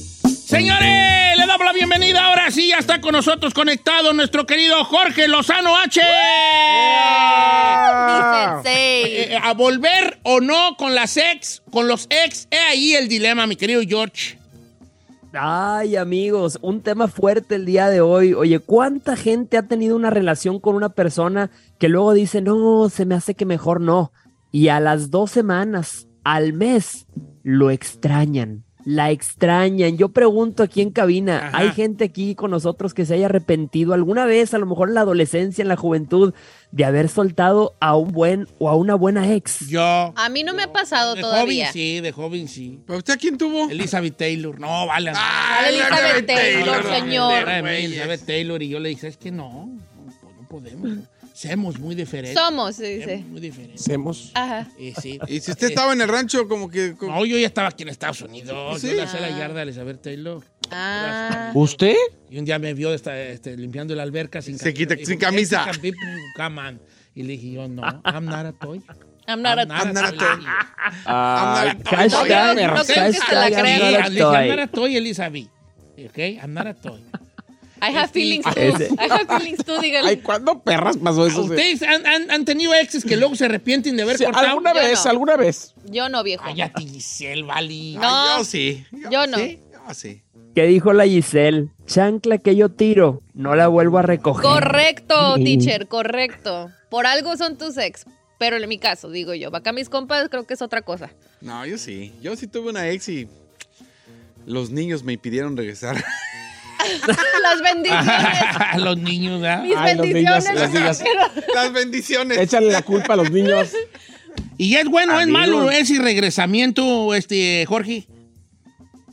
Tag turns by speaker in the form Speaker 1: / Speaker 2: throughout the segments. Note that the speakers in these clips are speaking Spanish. Speaker 1: Señores, le damos la bienvenida. Ahora sí, ya está con nosotros conectado nuestro querido Jorge Lozano H.
Speaker 2: Mi sensei.
Speaker 1: Eh, a volver o no con las ex, con los ex, he ahí el dilema, mi querido George.
Speaker 3: Ay, amigos, un tema fuerte el día de hoy. Oye, ¿cuánta gente ha tenido una relación con una persona que luego dice, no, se me hace que mejor no? Y a las dos semanas, al mes, lo extrañan, la extrañan. Yo pregunto aquí en cabina,
Speaker 1: Ajá.
Speaker 3: ¿hay gente aquí con nosotros que se haya arrepentido alguna vez, a lo mejor en la adolescencia, en la juventud, de haber soltado a un buen o a una buena ex?
Speaker 1: Yo.
Speaker 2: A mí no me ha pasado
Speaker 1: de
Speaker 2: todavía.
Speaker 1: joven sí, de joven sí.
Speaker 4: ¿Pero usted a quién tuvo?
Speaker 1: Elizabeth Taylor. No, vale.
Speaker 4: Ah,
Speaker 2: Elizabeth
Speaker 4: Elizabeth
Speaker 2: Taylor,
Speaker 4: Taylor,
Speaker 2: señor.
Speaker 1: Era de mí,
Speaker 4: güeyes.
Speaker 1: Elizabeth Taylor. Y yo le dije, es que no, no, no podemos. Somos muy diferentes.
Speaker 2: Somos, se
Speaker 1: Somos
Speaker 2: dice.
Speaker 1: muy diferentes.
Speaker 4: Hacemos.
Speaker 2: Ajá.
Speaker 1: Y sí.
Speaker 4: Y si usted
Speaker 1: Eh,
Speaker 4: estaba en el rancho, como que. como-
Speaker 1: No, yo ya estaba aquí en Estados Unidos.
Speaker 4: Sí.
Speaker 1: Yo le hacía la yarda a Elizabeth Taylor.
Speaker 2: Ah.
Speaker 5: ¿Usted?
Speaker 1: Y un día me vio esta- este, limpiando la alberca sin
Speaker 4: Se
Speaker 1: camisa.
Speaker 4: quita-
Speaker 1: Dijo,
Speaker 4: sin camisa.
Speaker 1: "Mexican people, come on". Y le dije yo, no, I'm not a toy.
Speaker 2: I'm not a-
Speaker 4: I'm not a
Speaker 1: Le
Speaker 4: toy.
Speaker 1: dije yo.
Speaker 5: Ah,
Speaker 4: I'm not-
Speaker 2: creo-
Speaker 3: Hashtag,
Speaker 2: no creo que se la
Speaker 3: hashtag,
Speaker 2: crean.
Speaker 3: I'm
Speaker 1: Sí,
Speaker 3: not a
Speaker 1: le dije, I'm
Speaker 3: toy.
Speaker 1: not a toy, Elizabeth. Ok, I'm not a toy. Este, ah,
Speaker 2: I have feelings
Speaker 5: Ese.
Speaker 2: too. I have feelings too,
Speaker 5: Ay,
Speaker 2: dígale.
Speaker 5: ¿cuándo perras pasó eso?
Speaker 1: ¿Ustedes han, han- han tenido exes que luego se arrepienten de haber
Speaker 5: Sí,
Speaker 1: cortado?
Speaker 5: ¿Alguna
Speaker 2: Yo
Speaker 5: vez?
Speaker 2: no.
Speaker 5: ¿Alguna vez?
Speaker 2: Yo no, viejo.
Speaker 1: Cállate, Giselle, vale.
Speaker 2: No.
Speaker 4: Ay, yo sí.
Speaker 2: Yo no.
Speaker 4: sí, yo Ah, sí.
Speaker 3: ¿Qué dijo la Giselle? Chancla que yo tiro, no la vuelvo a recoger.
Speaker 2: Correcto,
Speaker 3: Mm.
Speaker 2: teacher, correcto. Por algo son tus ex. Pero en mi caso, digo yo. Acá mis compas creo que es otra cosa.
Speaker 4: No, yo sí. Yo sí tuve una ex y. Los niños me impidieron regresar.
Speaker 2: Las bendiciones.
Speaker 1: A los niños, ¿verdad?
Speaker 2: Mis
Speaker 5: Ay, los
Speaker 2: bendiciones.
Speaker 5: niños, las niñas.
Speaker 2: pero-
Speaker 4: Las bendiciones.
Speaker 5: Échale la culpa a los niños.
Speaker 1: Y es bueno, es
Speaker 3: Amigos.
Speaker 1: malo ese regresamiento, este, Jorge.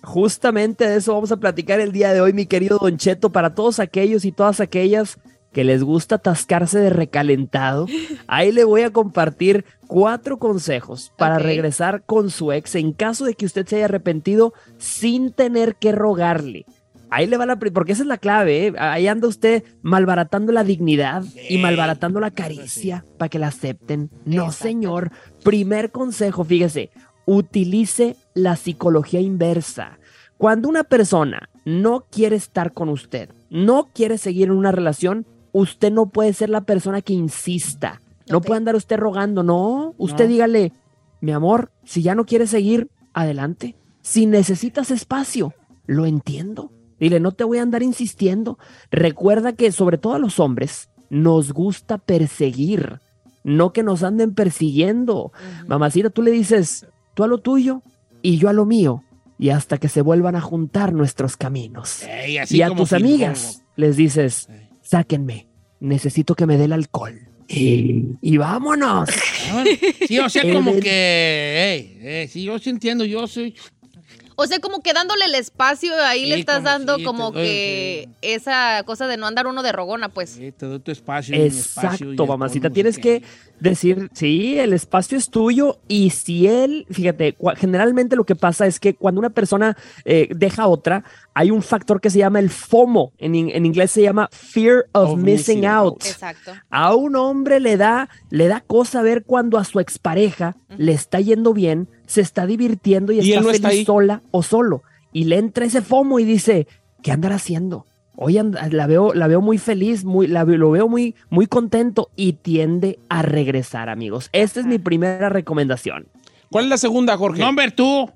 Speaker 3: Justamente de eso vamos a platicar el día de hoy, mi querido Don Cheto, para todos aquellos y todas aquellas que les gusta atascarse de recalentado. Ahí le voy a compartir cuatro consejos para
Speaker 2: Ok.
Speaker 3: regresar con su ex en caso de que usted se haya arrepentido sin tener que rogarle. Ahí le va la... pri- Porque esa es la clave, ¿eh? Ahí anda usted malbaratando la dignidad y
Speaker 1: Ey,
Speaker 3: malbaratando la
Speaker 1: no, no, sí.
Speaker 3: caricia para que la acepten. No,
Speaker 2: Exacto.
Speaker 3: señor. Primer consejo, fíjese, utilice la psicología inversa. Cuando una persona no quiere estar con usted, no quiere seguir en una relación, usted no puede ser la persona que insista. No
Speaker 2: Ok.
Speaker 3: puede andar usted rogando, no. Usted
Speaker 1: No.
Speaker 3: dígale, mi amor, si ya no quieres seguir, adelante. Si necesitas espacio, lo entiendo. Dile, no te voy a andar insistiendo. Recuerda que sobre todo a los hombres nos gusta perseguir, no que nos anden persiguiendo. Mamacita, tú le dices, tú a lo tuyo y yo a lo mío, y hasta que se vuelvan a juntar nuestros caminos.
Speaker 1: Ey, Eh, así
Speaker 3: Y a
Speaker 1: como
Speaker 3: tus
Speaker 1: Phil
Speaker 3: amigas les dices,
Speaker 1: Ey.
Speaker 3: sáquenme, necesito que me dé el alcohol. Y vámonos.
Speaker 1: Gordon. Sí, o sea,
Speaker 3: El
Speaker 1: como
Speaker 5: Eh,
Speaker 3: del-
Speaker 1: que, ey, eh, sí, yo sí entiendo, yo soy...
Speaker 2: O sea, como que dándole el espacio, ahí
Speaker 1: Sí,
Speaker 2: le estás
Speaker 1: como
Speaker 2: dando
Speaker 1: sí, te
Speaker 2: como
Speaker 1: doy,
Speaker 2: que esa cosa de no andar uno de rogona, pues.
Speaker 1: eh, te doy tu espacio. y mi espacio y
Speaker 3: Exacto,
Speaker 1: el
Speaker 3: mamacita.
Speaker 1: tono,
Speaker 3: Tienes
Speaker 1: sí,
Speaker 3: que decir, sí, el espacio es tuyo y si él, fíjate, cua- generalmente lo que pasa es que cuando una persona eh, deja a otra, hay un factor que se llama el FOMO, en, in- en inglés se llama Fear of,
Speaker 5: Of
Speaker 3: Missing,
Speaker 5: missing
Speaker 3: Out.
Speaker 2: Exacto.
Speaker 3: A un hombre le da, le da cosa ver cuando a su expareja le está yendo bien, se está divirtiendo y,
Speaker 5: Y
Speaker 3: está
Speaker 5: él no
Speaker 3: feliz
Speaker 5: está ahí.
Speaker 3: sola o solo. Y le entra ese fomo y dice, ¿qué andará haciendo? Hoy and- la, veo, la veo muy feliz, muy, la ve- lo veo muy, muy contento y tiende a regresar, amigos. Esta es mi primera recomendación.
Speaker 5: ¿Cuál es la segunda, Jorge?
Speaker 1: Number two.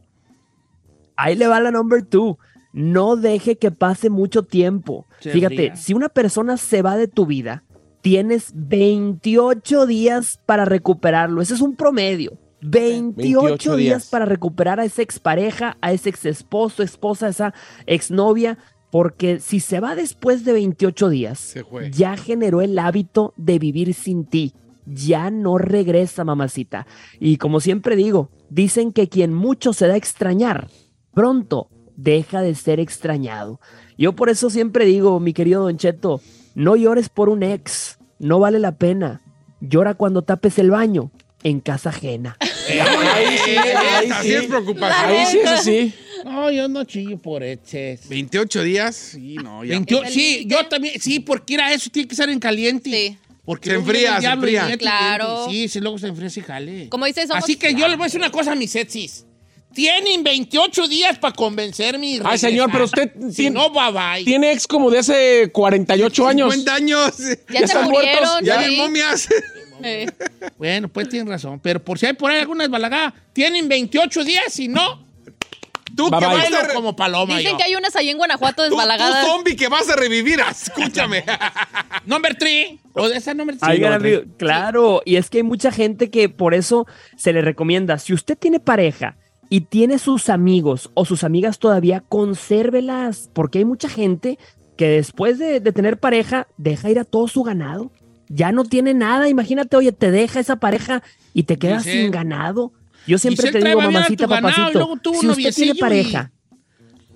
Speaker 3: Ahí le va la number two. No deje que pase mucho tiempo.
Speaker 1: Se
Speaker 3: Fíjate,
Speaker 1: ría.
Speaker 3: si una persona se va de tu vida, tienes 28 días para recuperarlo. Ese es un promedio. 28,
Speaker 5: 28
Speaker 3: días.
Speaker 5: días.
Speaker 3: para recuperar a esa expareja, a ese exesposo, esposa, esa exnovia. Porque si se va después de 28 días,
Speaker 4: Se fue.
Speaker 3: ya generó el hábito de vivir sin ti. Ya no regresa, mamacita. Y como siempre digo, dicen que quien mucho se da a extrañar, pronto deja de ser extrañado. Yo por eso siempre digo, mi querido Don Cheto, no llores por un ex, no vale la pena. Llora cuando tapes el baño en casa ajena.
Speaker 5: Ahí sí, ahí
Speaker 4: Así es
Speaker 5: sí.
Speaker 4: preocupación.
Speaker 5: Ahí sí, eso sí.
Speaker 1: No, yo no chillo por exes.
Speaker 4: 28 días. Y no, ya.
Speaker 1: 28,
Speaker 2: ¿Es el
Speaker 1: sí,
Speaker 2: límite?
Speaker 1: yo también, sí, porque era eso, tiene que ser en caliente.
Speaker 2: Sí.
Speaker 1: Porque
Speaker 4: Se
Speaker 1: luego
Speaker 4: enfría,
Speaker 1: llega el
Speaker 4: se
Speaker 1: diablo y
Speaker 4: enfría.
Speaker 1: mete el
Speaker 2: Claro.
Speaker 1: diente. Sí, sí, luego se enfría, sí, jale.
Speaker 2: Como dices, somos-
Speaker 1: Así que yo les voy a decir una cosa a mis exis. Tienen 28 días para convencerme y
Speaker 5: Ay, señor,
Speaker 1: regresar.
Speaker 5: pero usted
Speaker 1: Si
Speaker 5: tiene-
Speaker 1: no, bye bye.
Speaker 5: Tiene ex como de hace 48 años.
Speaker 4: 50 años.
Speaker 2: Ya se
Speaker 5: están
Speaker 2: murieron.
Speaker 5: muertos,
Speaker 4: Ya
Speaker 2: ¿sí?
Speaker 4: de momias.
Speaker 2: Eh,
Speaker 1: Bueno, pues tienen razón. Pero por si hay por ahí algunas balagadas, tienen 28 días, si no,
Speaker 4: Tú
Speaker 5: Bye,
Speaker 4: que
Speaker 5: bye.
Speaker 4: vas a
Speaker 1: bailo
Speaker 4: re-
Speaker 1: como paloma.
Speaker 2: Dicen
Speaker 1: yo.
Speaker 2: que hay unas ahí en Guanajuato
Speaker 4: tú-
Speaker 2: desbalagadas.
Speaker 4: tú zombie que vas a revivir. Escúchame.
Speaker 1: Number 3. O de esa number 3.
Speaker 3: Oigan, amigo, claro, y es que hay mucha gente que por eso se le recomienda, si usted tiene pareja y tiene sus amigos o sus amigas todavía, consérvelas, porque hay mucha gente que después de, de tener pareja deja ir a todo su ganado. Ya no tiene nada, imagínate, oye, te deja esa pareja y te quedas
Speaker 1: Giselle.
Speaker 3: sin ganado. Yo siempre
Speaker 1: Giselle,
Speaker 3: te digo,
Speaker 1: tráeme a ver a tu
Speaker 3: mamacita,
Speaker 1: ganado, y
Speaker 3: papacito,
Speaker 1: luego tú
Speaker 3: si
Speaker 1: un
Speaker 3: usted tiene
Speaker 1: noviecillo y-
Speaker 3: pareja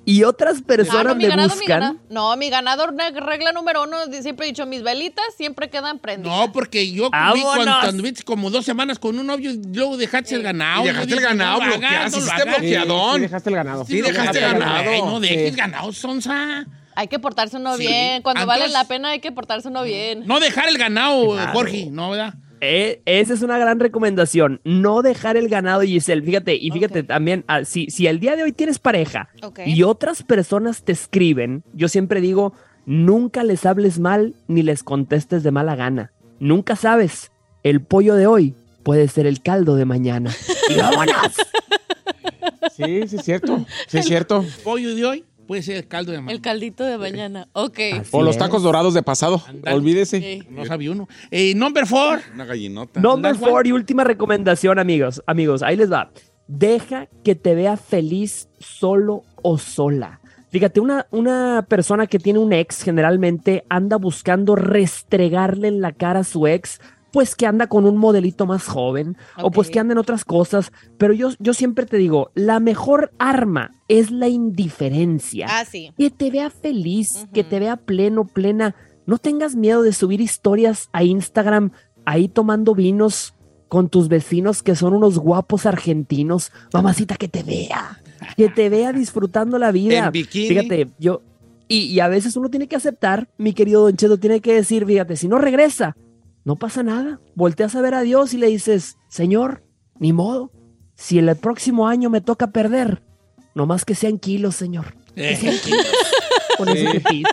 Speaker 3: y otras
Speaker 2: Ah,
Speaker 3: personas
Speaker 2: no, mi
Speaker 3: le
Speaker 2: ganado, mi
Speaker 3: buscan...
Speaker 2: ganado. No, mi ganado, una regla número uno, di- siempre he dicho, mis velitas siempre quedan prendidas.
Speaker 1: No, porque yo comí
Speaker 3: ¡Vámonos!
Speaker 1: cuando anduviste como dos semanas con un novio y luego dejaste el ganado.
Speaker 4: Y dejaste
Speaker 1: Yo
Speaker 4: el
Speaker 1: dije,
Speaker 4: ganado
Speaker 1: no lo hagas,
Speaker 4: bloqueado,
Speaker 1: no lo
Speaker 4: hiciste
Speaker 1: hagas.
Speaker 4: bloqueado. Fiadón.
Speaker 5: dejaste el ganado.
Speaker 4: Sí, dejaste
Speaker 5: el
Speaker 4: ganado.
Speaker 1: Ay, no dejes
Speaker 5: Sí.
Speaker 1: ganado, sonsa.
Speaker 2: Hay que portarse uno
Speaker 1: Sí.
Speaker 2: bien. Cuando vale
Speaker 1: Entonces-
Speaker 2: la pena hay que portarse uno bien.
Speaker 1: No dejar el ganado, eh,
Speaker 3: Claro.
Speaker 1: Jorge, ¿no, verdad?
Speaker 3: Eh, esa es una gran recomendación. No dejar el ganado, Giselle. Fíjate, y fíjate
Speaker 2: Ok.
Speaker 3: también, ah, si, si el día de hoy tienes pareja
Speaker 2: Ok.
Speaker 3: y otras personas te escriben, yo siempre digo, nunca les hables mal ni les contestes de mala gana. Nunca sabes, el pollo de hoy puede ser el caldo de mañana. ¡Y vámonos!
Speaker 5: Sí, sí es cierto. Sí es cierto.
Speaker 1: Pollo de hoy puede ser el caldo de mañana.
Speaker 2: El caldito de mañana. Ok.
Speaker 3: Así
Speaker 5: O los
Speaker 3: es.
Speaker 5: tacos dorados de pasado.
Speaker 1: Ándale.
Speaker 5: Olvídese.
Speaker 2: Ok.
Speaker 1: No sabía uno. Eh, number four.
Speaker 4: Una gallinota.
Speaker 3: Number
Speaker 1: Last one.
Speaker 3: four y última recomendación, amigos. Amigos, ahí les va. Deja que te vea feliz solo o sola. Fíjate, una, una persona que tiene un ex generalmente anda buscando restregarle en la cara a su ex, pues que anda con un modelito más joven o pues
Speaker 2: Ok.
Speaker 3: que anda en otras cosas. Pero yo, yo siempre te digo, la mejor arma es la indiferencia.
Speaker 2: Ah, sí.
Speaker 3: Que te vea feliz, que
Speaker 2: Ujú.
Speaker 3: te vea pleno, plena. No tengas miedo de subir historias a Instagram ahí tomando vinos con tus vecinos que son unos guapos argentinos. Mamacita, que te vea. Que te vea disfrutando la vida.
Speaker 4: En bikini.
Speaker 3: Fíjate, yo... Y, y a veces uno tiene que aceptar, mi querido Don Cheto, tiene que decir, fíjate, si no regresa, no pasa nada. Volteas a ver a Dios y le dices, Señor, ni modo. Si el próximo año me toca perder, nomás que sean kilos, Señor.
Speaker 1: Eh,
Speaker 3: Con eso te pido.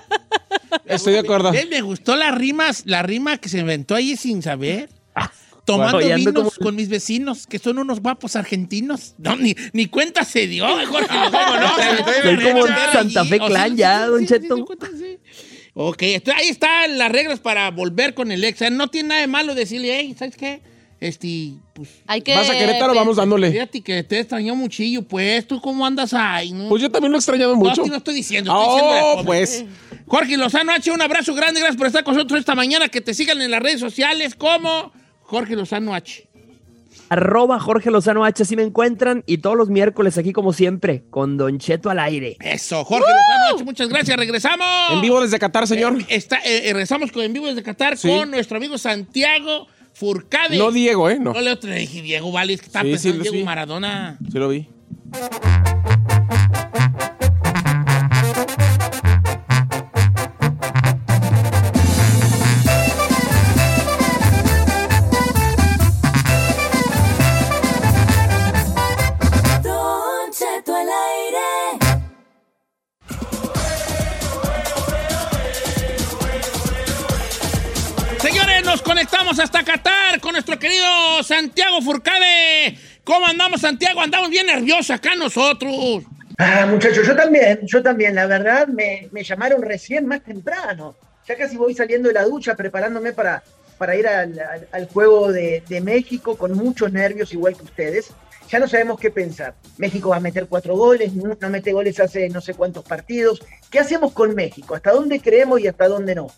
Speaker 5: Estoy de acuerdo.
Speaker 1: ¿ves? me gustó las rimas, la rima que se inventó ahí sin saber. Tomando
Speaker 3: Bueno, ya ando
Speaker 1: vinos
Speaker 3: como-
Speaker 1: con mis vecinos, que son unos guapos argentinos. No, ni, ni cuenta se dio, Jorge.
Speaker 4: ¿Cómo no? Se le estoy
Speaker 3: Soy
Speaker 4: bien
Speaker 3: como
Speaker 4: hecha.
Speaker 3: Santa Fe Clan ya, Don Cheto.
Speaker 1: Ok, esto- ahí están las reglas para volver con el ex. O sea, no tiene nada de malo decirle, hey, ¿sabes qué? Este, pues,
Speaker 2: Hay que.
Speaker 5: ¿Vas a Querétaro? Vamos dándole.
Speaker 1: fíjate que te extrañó muchillo, pues, ¿tú cómo andas ahí? No,
Speaker 5: Pues yo también lo he extrañado
Speaker 1: No,
Speaker 5: mucho.
Speaker 1: sí, no estoy diciendo, estoy diciendo la
Speaker 5: Oh,
Speaker 1: forma.
Speaker 5: pues.
Speaker 1: Jorge Lozano H, un abrazo grande, gracias por estar con nosotros esta mañana, que te sigan en las redes sociales como Jorge Lozano H.
Speaker 3: Arroba Jorge Lozano H, así me encuentran. Y todos los miércoles aquí, como siempre, con Don Cheto al aire.
Speaker 1: Eso, Jorge Lozano H, muchas gracias, regresamos.
Speaker 5: En vivo desde Qatar, señor.
Speaker 1: Eh, está, eh, eh, regresamos con en vivo desde Qatar
Speaker 5: Sí.
Speaker 1: con nuestro amigo Santiago Furcade.
Speaker 5: No Diego, ¿eh? No.
Speaker 1: No le otro- le dije Diego, vale, es que está
Speaker 5: Sí,
Speaker 1: pensando
Speaker 5: sí,
Speaker 1: en Diego
Speaker 5: sí.
Speaker 1: Maradona.
Speaker 5: Sí lo vi.
Speaker 1: Señores, nos conectamos hasta Qatar con nuestro querido Santiago Furcade. ¿Cómo andamos, Santiago? Andamos bien nerviosos acá nosotros.
Speaker 6: Ah, muchachos, yo también, yo también, la verdad, me, me llamaron recién más temprano. Ya casi voy saliendo de la ducha preparándome para, para ir al, al- al juego de, de México con muchos nervios, igual que ustedes. Ya no sabemos qué pensar. México va a meter cuatro goles, no, no mete goles hace no sé cuántos partidos. ¿Qué hacemos con México? ¿Hasta dónde creemos y hasta dónde no?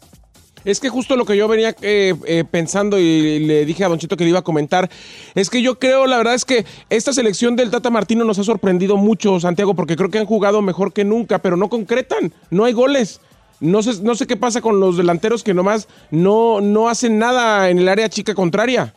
Speaker 5: Es que justo lo que yo venía eh, eh, pensando y le dije a Don Chito que le iba a comentar, es que yo creo, la verdad es que esta selección del Tata Martino nos ha sorprendido mucho, Santiago, porque creo que han jugado mejor que nunca, pero no concretan, no hay goles. No sé, no sé qué pasa con los delanteros que nomás no, no hacen nada en el área chica contraria.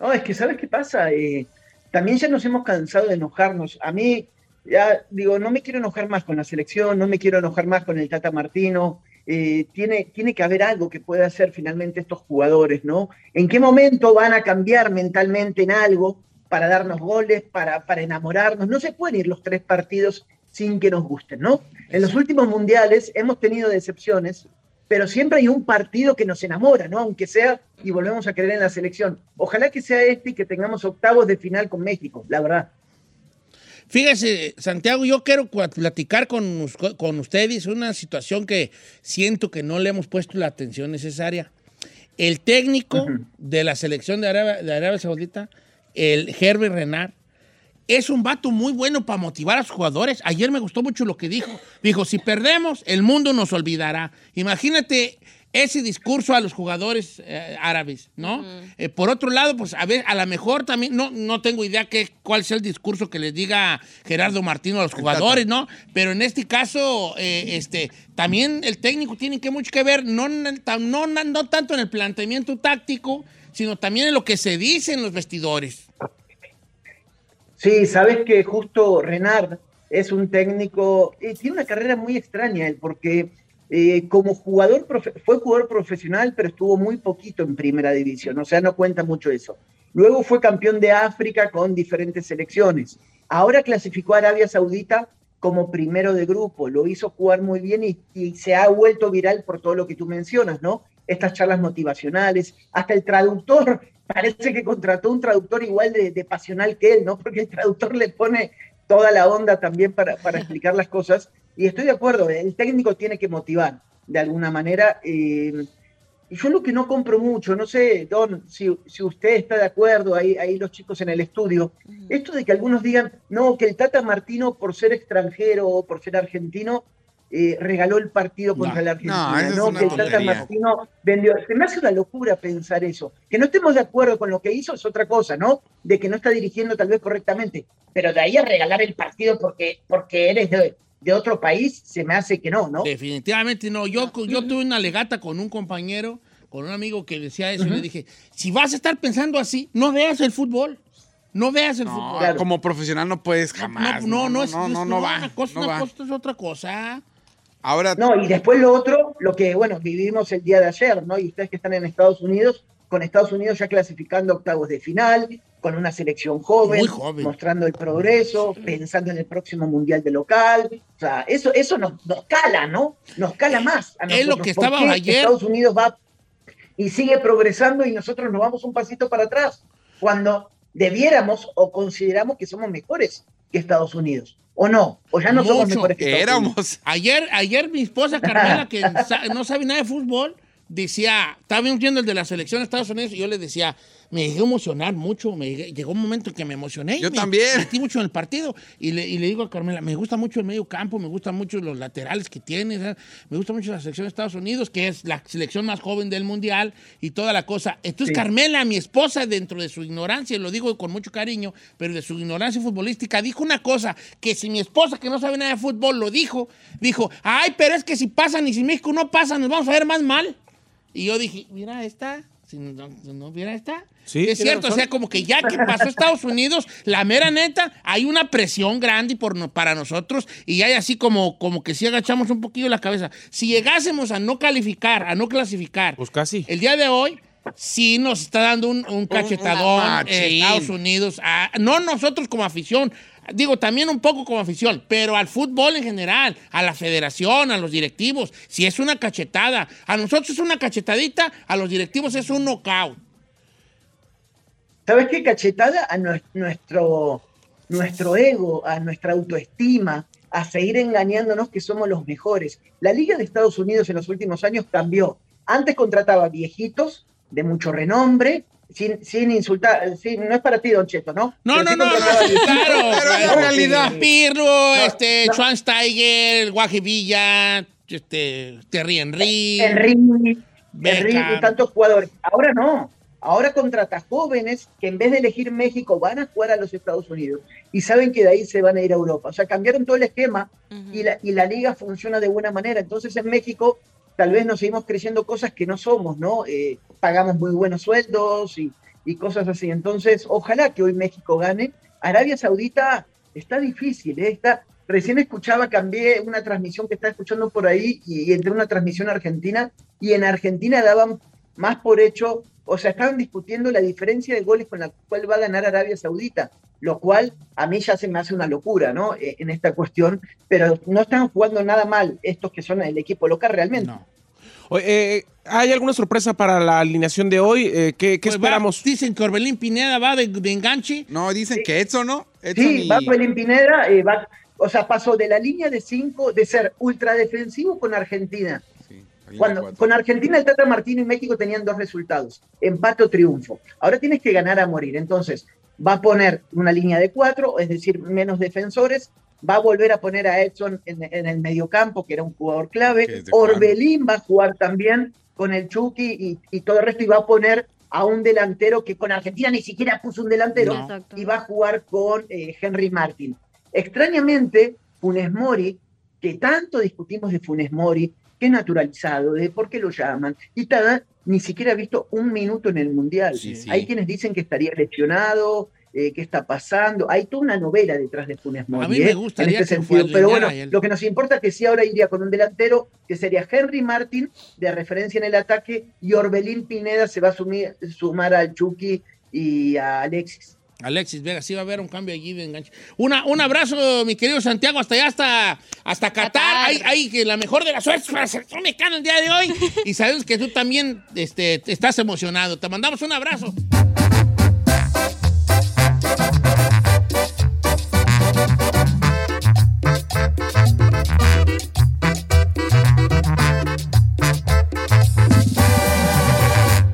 Speaker 6: No, es que ¿sabes qué pasa? Eh, también ya nos hemos cansado de enojarnos. A mí, ya digo, no me quiero enojar más con la selección, no me quiero enojar más con el Tata Martino. Eh, tiene, tiene que haber algo que pueda hacer finalmente estos jugadores, ¿no? ¿En qué momento van a cambiar mentalmente en algo para darnos goles, para, para enamorarnos? No se pueden ir los tres partidos sin que nos gusten, ¿no? En los últimos mundiales hemos tenido decepciones, pero siempre hay un partido que nos enamora, ¿no? Aunque sea, y volvemos a creer en la selección. Ojalá que sea este y que tengamos octavos de final con México, la verdad.
Speaker 1: Fíjese, Santiago, yo quiero cua- platicar con, us- con ustedes una situación que siento que no le hemos puesto la atención necesaria. El técnico de la selección de Arabia, de Arabia Saudita, el Herbert Renard, es un vato muy bueno para motivar a sus jugadores. Ayer me gustó mucho lo que dijo. Dijo, si perdemos, el mundo nos olvidará. Imagínate ese discurso a los jugadores eh, árabes, ¿no? Eh, por otro lado, pues a ver, a lo mejor también, no, no tengo idea qué, cuál sea el discurso que les diga Gerardo Martino a los jugadores, ¿no? Pero en este caso, eh, este, también el técnico tiene que mucho que ver, no, en el ta- no, no, no tanto en el planteamiento táctico, sino también en lo que se dice en los vestidores.
Speaker 6: Sí, sabes que justo Renard es un técnico, eh, tiene una carrera muy extraña él, porque eh, como jugador, profe- fue jugador profesional, pero estuvo muy poquito en primera división, o sea, no cuenta mucho eso. Luego fue campeón de África con diferentes selecciones. Ahora clasificó a Arabia Saudita como primero de grupo, lo hizo jugar muy bien y, y se ha vuelto viral por todo lo que tú mencionas, ¿no? Estas charlas motivacionales, hasta el traductor, parece que contrató un traductor igual de, de pasional que él, ¿no? Porque el traductor le pone toda la onda también para, para explicar las cosas. Y estoy de acuerdo, ¿eh? el técnico tiene que motivar de alguna manera. eh, y yo lo que no compro mucho, no sé, Don, si, si usted está de acuerdo, ahí, ahí los chicos en el estudio, esto de que algunos digan, no, que el Tata Martino, por ser extranjero o por ser argentino, eh, regaló el partido contra
Speaker 1: No,
Speaker 6: la Argentina,
Speaker 4: no, esa es
Speaker 6: ¿no?
Speaker 4: una
Speaker 6: que el Tata
Speaker 4: tontería.
Speaker 6: Martino vendió. Se me hace una locura pensar eso. Que no estemos de acuerdo con lo que hizo es otra cosa, ¿no? De que no está dirigiendo tal vez correctamente. Pero de ahí a regalar el partido porque, porque eres de, de otro país, se me hace que no, ¿no?
Speaker 1: Definitivamente no. Yo, yo tuve una legata con un compañero, con un amigo que decía eso, y le dije, si vas a estar pensando así, no veas el fútbol. No veas el
Speaker 4: No,
Speaker 1: fútbol.
Speaker 6: Claro.
Speaker 4: como profesional no puedes
Speaker 1: No,
Speaker 4: jamás.
Speaker 1: no, no, no, es-
Speaker 4: no,
Speaker 1: es-
Speaker 4: no,
Speaker 1: no,
Speaker 4: no va.
Speaker 1: Una cosa,
Speaker 4: no
Speaker 1: una
Speaker 4: va.
Speaker 1: cosa es otra cosa.
Speaker 4: Ahora,
Speaker 6: No, y después lo otro, lo que, bueno, vivimos el día de ayer, ¿no? Y ustedes que están en Estados Unidos, con Estados Unidos ya clasificando octavos de final, con una selección joven,
Speaker 1: Muy joven.
Speaker 6: mostrando el progreso, pensando en el próximo Mundial de local. O sea, eso, eso nos, nos cala, ¿no? Nos cala más. A
Speaker 1: Es lo que
Speaker 6: ¿Por
Speaker 1: estábamos
Speaker 6: qué
Speaker 1: ayer.
Speaker 6: Estados Unidos va y sigue progresando y nosotros nos vamos un pasito para atrás, cuando debiéramos o consideramos que somos mejores que Estados Unidos. ¿O no? ¿O ya no somos
Speaker 1: Mucho.
Speaker 6: mejores que Estados Unidos?
Speaker 4: éramos.
Speaker 1: Ayer, ayer mi esposa Carmela, que sa- no sabe nada de fútbol, decía, estaba viendo el de la selección de Estados Unidos y yo le decía, me dejé emocionar mucho, me llegué- llegó un momento en que me emocioné. y
Speaker 4: Yo
Speaker 1: me
Speaker 4: también.
Speaker 1: Metí mucho en el partido y le, y le digo a Carmela, me gusta mucho el medio campo, me gustan mucho los laterales que tiene, ¿sabes? me gusta mucho la selección de Estados Unidos, que es la selección más joven del mundial y toda la cosa. Entonces Carmela, mi esposa, dentro de su ignorancia, y lo digo con mucho cariño, pero de su ignorancia futbolística, dijo una cosa que si mi esposa, que no sabe nada de fútbol, lo dijo, dijo, ay, pero es que si pasan y si México no pasa, nos vamos a ver más mal. Y yo dije, mira esta, si no, si no mira esta.
Speaker 5: Sí,
Speaker 1: es
Speaker 5: tiene
Speaker 1: cierto, o
Speaker 5: razón.
Speaker 1: sea, como que ya que pasó Estados Unidos, la mera neta, hay una presión grande por no- para nosotros y hay así como, como que si agachamos un poquillo la cabeza. Si llegásemos a no calificar, a no clasificar,
Speaker 5: Pues casi.
Speaker 1: el día de hoy sí nos está dando un, un cachetadón
Speaker 4: machín.
Speaker 1: eh, Estados Unidos. a- no nosotros como afición, digo también un poco como afición, pero al fútbol en general, a la federación, a los directivos. Si es una cachetada, a nosotros es una cachetadita, a los directivos es un knockout.
Speaker 6: ¿Sabes qué cachetada a nues- nuestro nuestro ego, a nuestra autoestima, a seguir engañándonos que somos los mejores. La Liga de Estados Unidos en los últimos años cambió. Antes contrataba viejitos de mucho renombre, sin, sin insultar, sin- no es para ti, Don Cheto, ¿no?
Speaker 1: No,
Speaker 6: Pero
Speaker 1: no,
Speaker 6: sí
Speaker 1: no, no,
Speaker 6: contrataba
Speaker 1: claro.
Speaker 6: viejitos.
Speaker 4: la
Speaker 1: claro.
Speaker 4: realidad.
Speaker 1: Pirlo, este,
Speaker 6: no.
Speaker 1: Schweinsteiger, Guaje Villa, este, Terry Henry.
Speaker 6: Henry,
Speaker 1: Beckham.
Speaker 6: Henry y tantos jugadores. Ahora no. Ahora contrata jóvenes que en vez de elegir México van a jugar a los Estados Unidos y saben que de ahí se van a ir a Europa. O sea, cambiaron todo el esquema y la, y la liga funciona de buena manera. Entonces en México tal vez nos seguimos creciendo cosas que no somos, ¿no? Eh, pagamos muy buenos sueldos y, y cosas así. Entonces, ojalá que hoy México gane. Arabia Saudita está difícil, ¿eh? Está, recién escuchaba, cambié una transmisión que estaba escuchando por ahí y, y entré una transmisión argentina y en Argentina daban más por hecho, o sea, estaban discutiendo la diferencia de goles con la cual va a ganar Arabia Saudita, lo cual a mí ya se me hace una locura, ¿no? Eh, En esta cuestión, pero no están jugando nada mal estos que son el equipo local realmente.
Speaker 1: No.
Speaker 5: Oye, eh, ¿Hay alguna sorpresa para la alineación de hoy? Eh, ¿Qué, qué
Speaker 1: Pues va,
Speaker 5: esperamos?
Speaker 1: dicen que Orbelín Pineda va de, de enganche.
Speaker 4: No, dicen que Edson, ¿no?
Speaker 5: Eh,
Speaker 4: Edson
Speaker 6: Sí,
Speaker 4: y-
Speaker 6: va Belín Pineda, eh, va- o sea, pasó de la línea de cinco, de ser ultradefensivo con Argentina.
Speaker 4: Sí, alguien
Speaker 6: Cuando,
Speaker 4: acuerda.
Speaker 6: con Argentina, el Tata Martino y México tenían dos resultados, empate o triunfo. Ahora tienes que ganar a morir. Entonces, va a poner una línea de cuatro, es decir, menos defensores. Va a volver a poner a Edson en, en el mediocampo, que era un jugador
Speaker 4: Que
Speaker 6: clave.
Speaker 4: es de
Speaker 6: Orbelín va a jugar también con el Chucky y, y todo el resto. Y va a poner a un delantero que con Argentina ni siquiera puso un delantero.
Speaker 1: No.
Speaker 2: Exacto.
Speaker 6: Y va a jugar con eh, Henry Martin. Extrañamente, Funes Mori, que tanto discutimos de Funes Mori, que es naturalizado, de por qué lo llaman, y Tada ni siquiera ha visto un minuto en el Mundial.
Speaker 4: Sí, sí.
Speaker 6: Hay quienes dicen que estaría lesionado, eh, qué está pasando, hay toda una novela detrás de Funes Mori.
Speaker 1: A mí
Speaker 6: ¿eh?
Speaker 1: me gustaría
Speaker 6: en este
Speaker 1: que
Speaker 6: sentido. Pero
Speaker 1: Fuenleñara
Speaker 6: bueno,
Speaker 1: y él.
Speaker 6: lo que nos importa es que sí ahora iría con un delantero, que sería Henry Martin, de referencia en el ataque, y Orbelín Pineda se va a sumir- sumar al Chucky y a Alexis.
Speaker 1: Alexis Vega, sí va a haber un cambio allí de enganche. Una, un abrazo, mi querido Santiago, hasta allá, hasta, hasta Qatar.
Speaker 2: Qatar.
Speaker 1: Ay, ay, que la mejor de las suertes para la selección mexicana el día de hoy. y sabemos que tú también este, estás emocionado. Te mandamos un abrazo.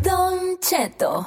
Speaker 7: Don Cheto.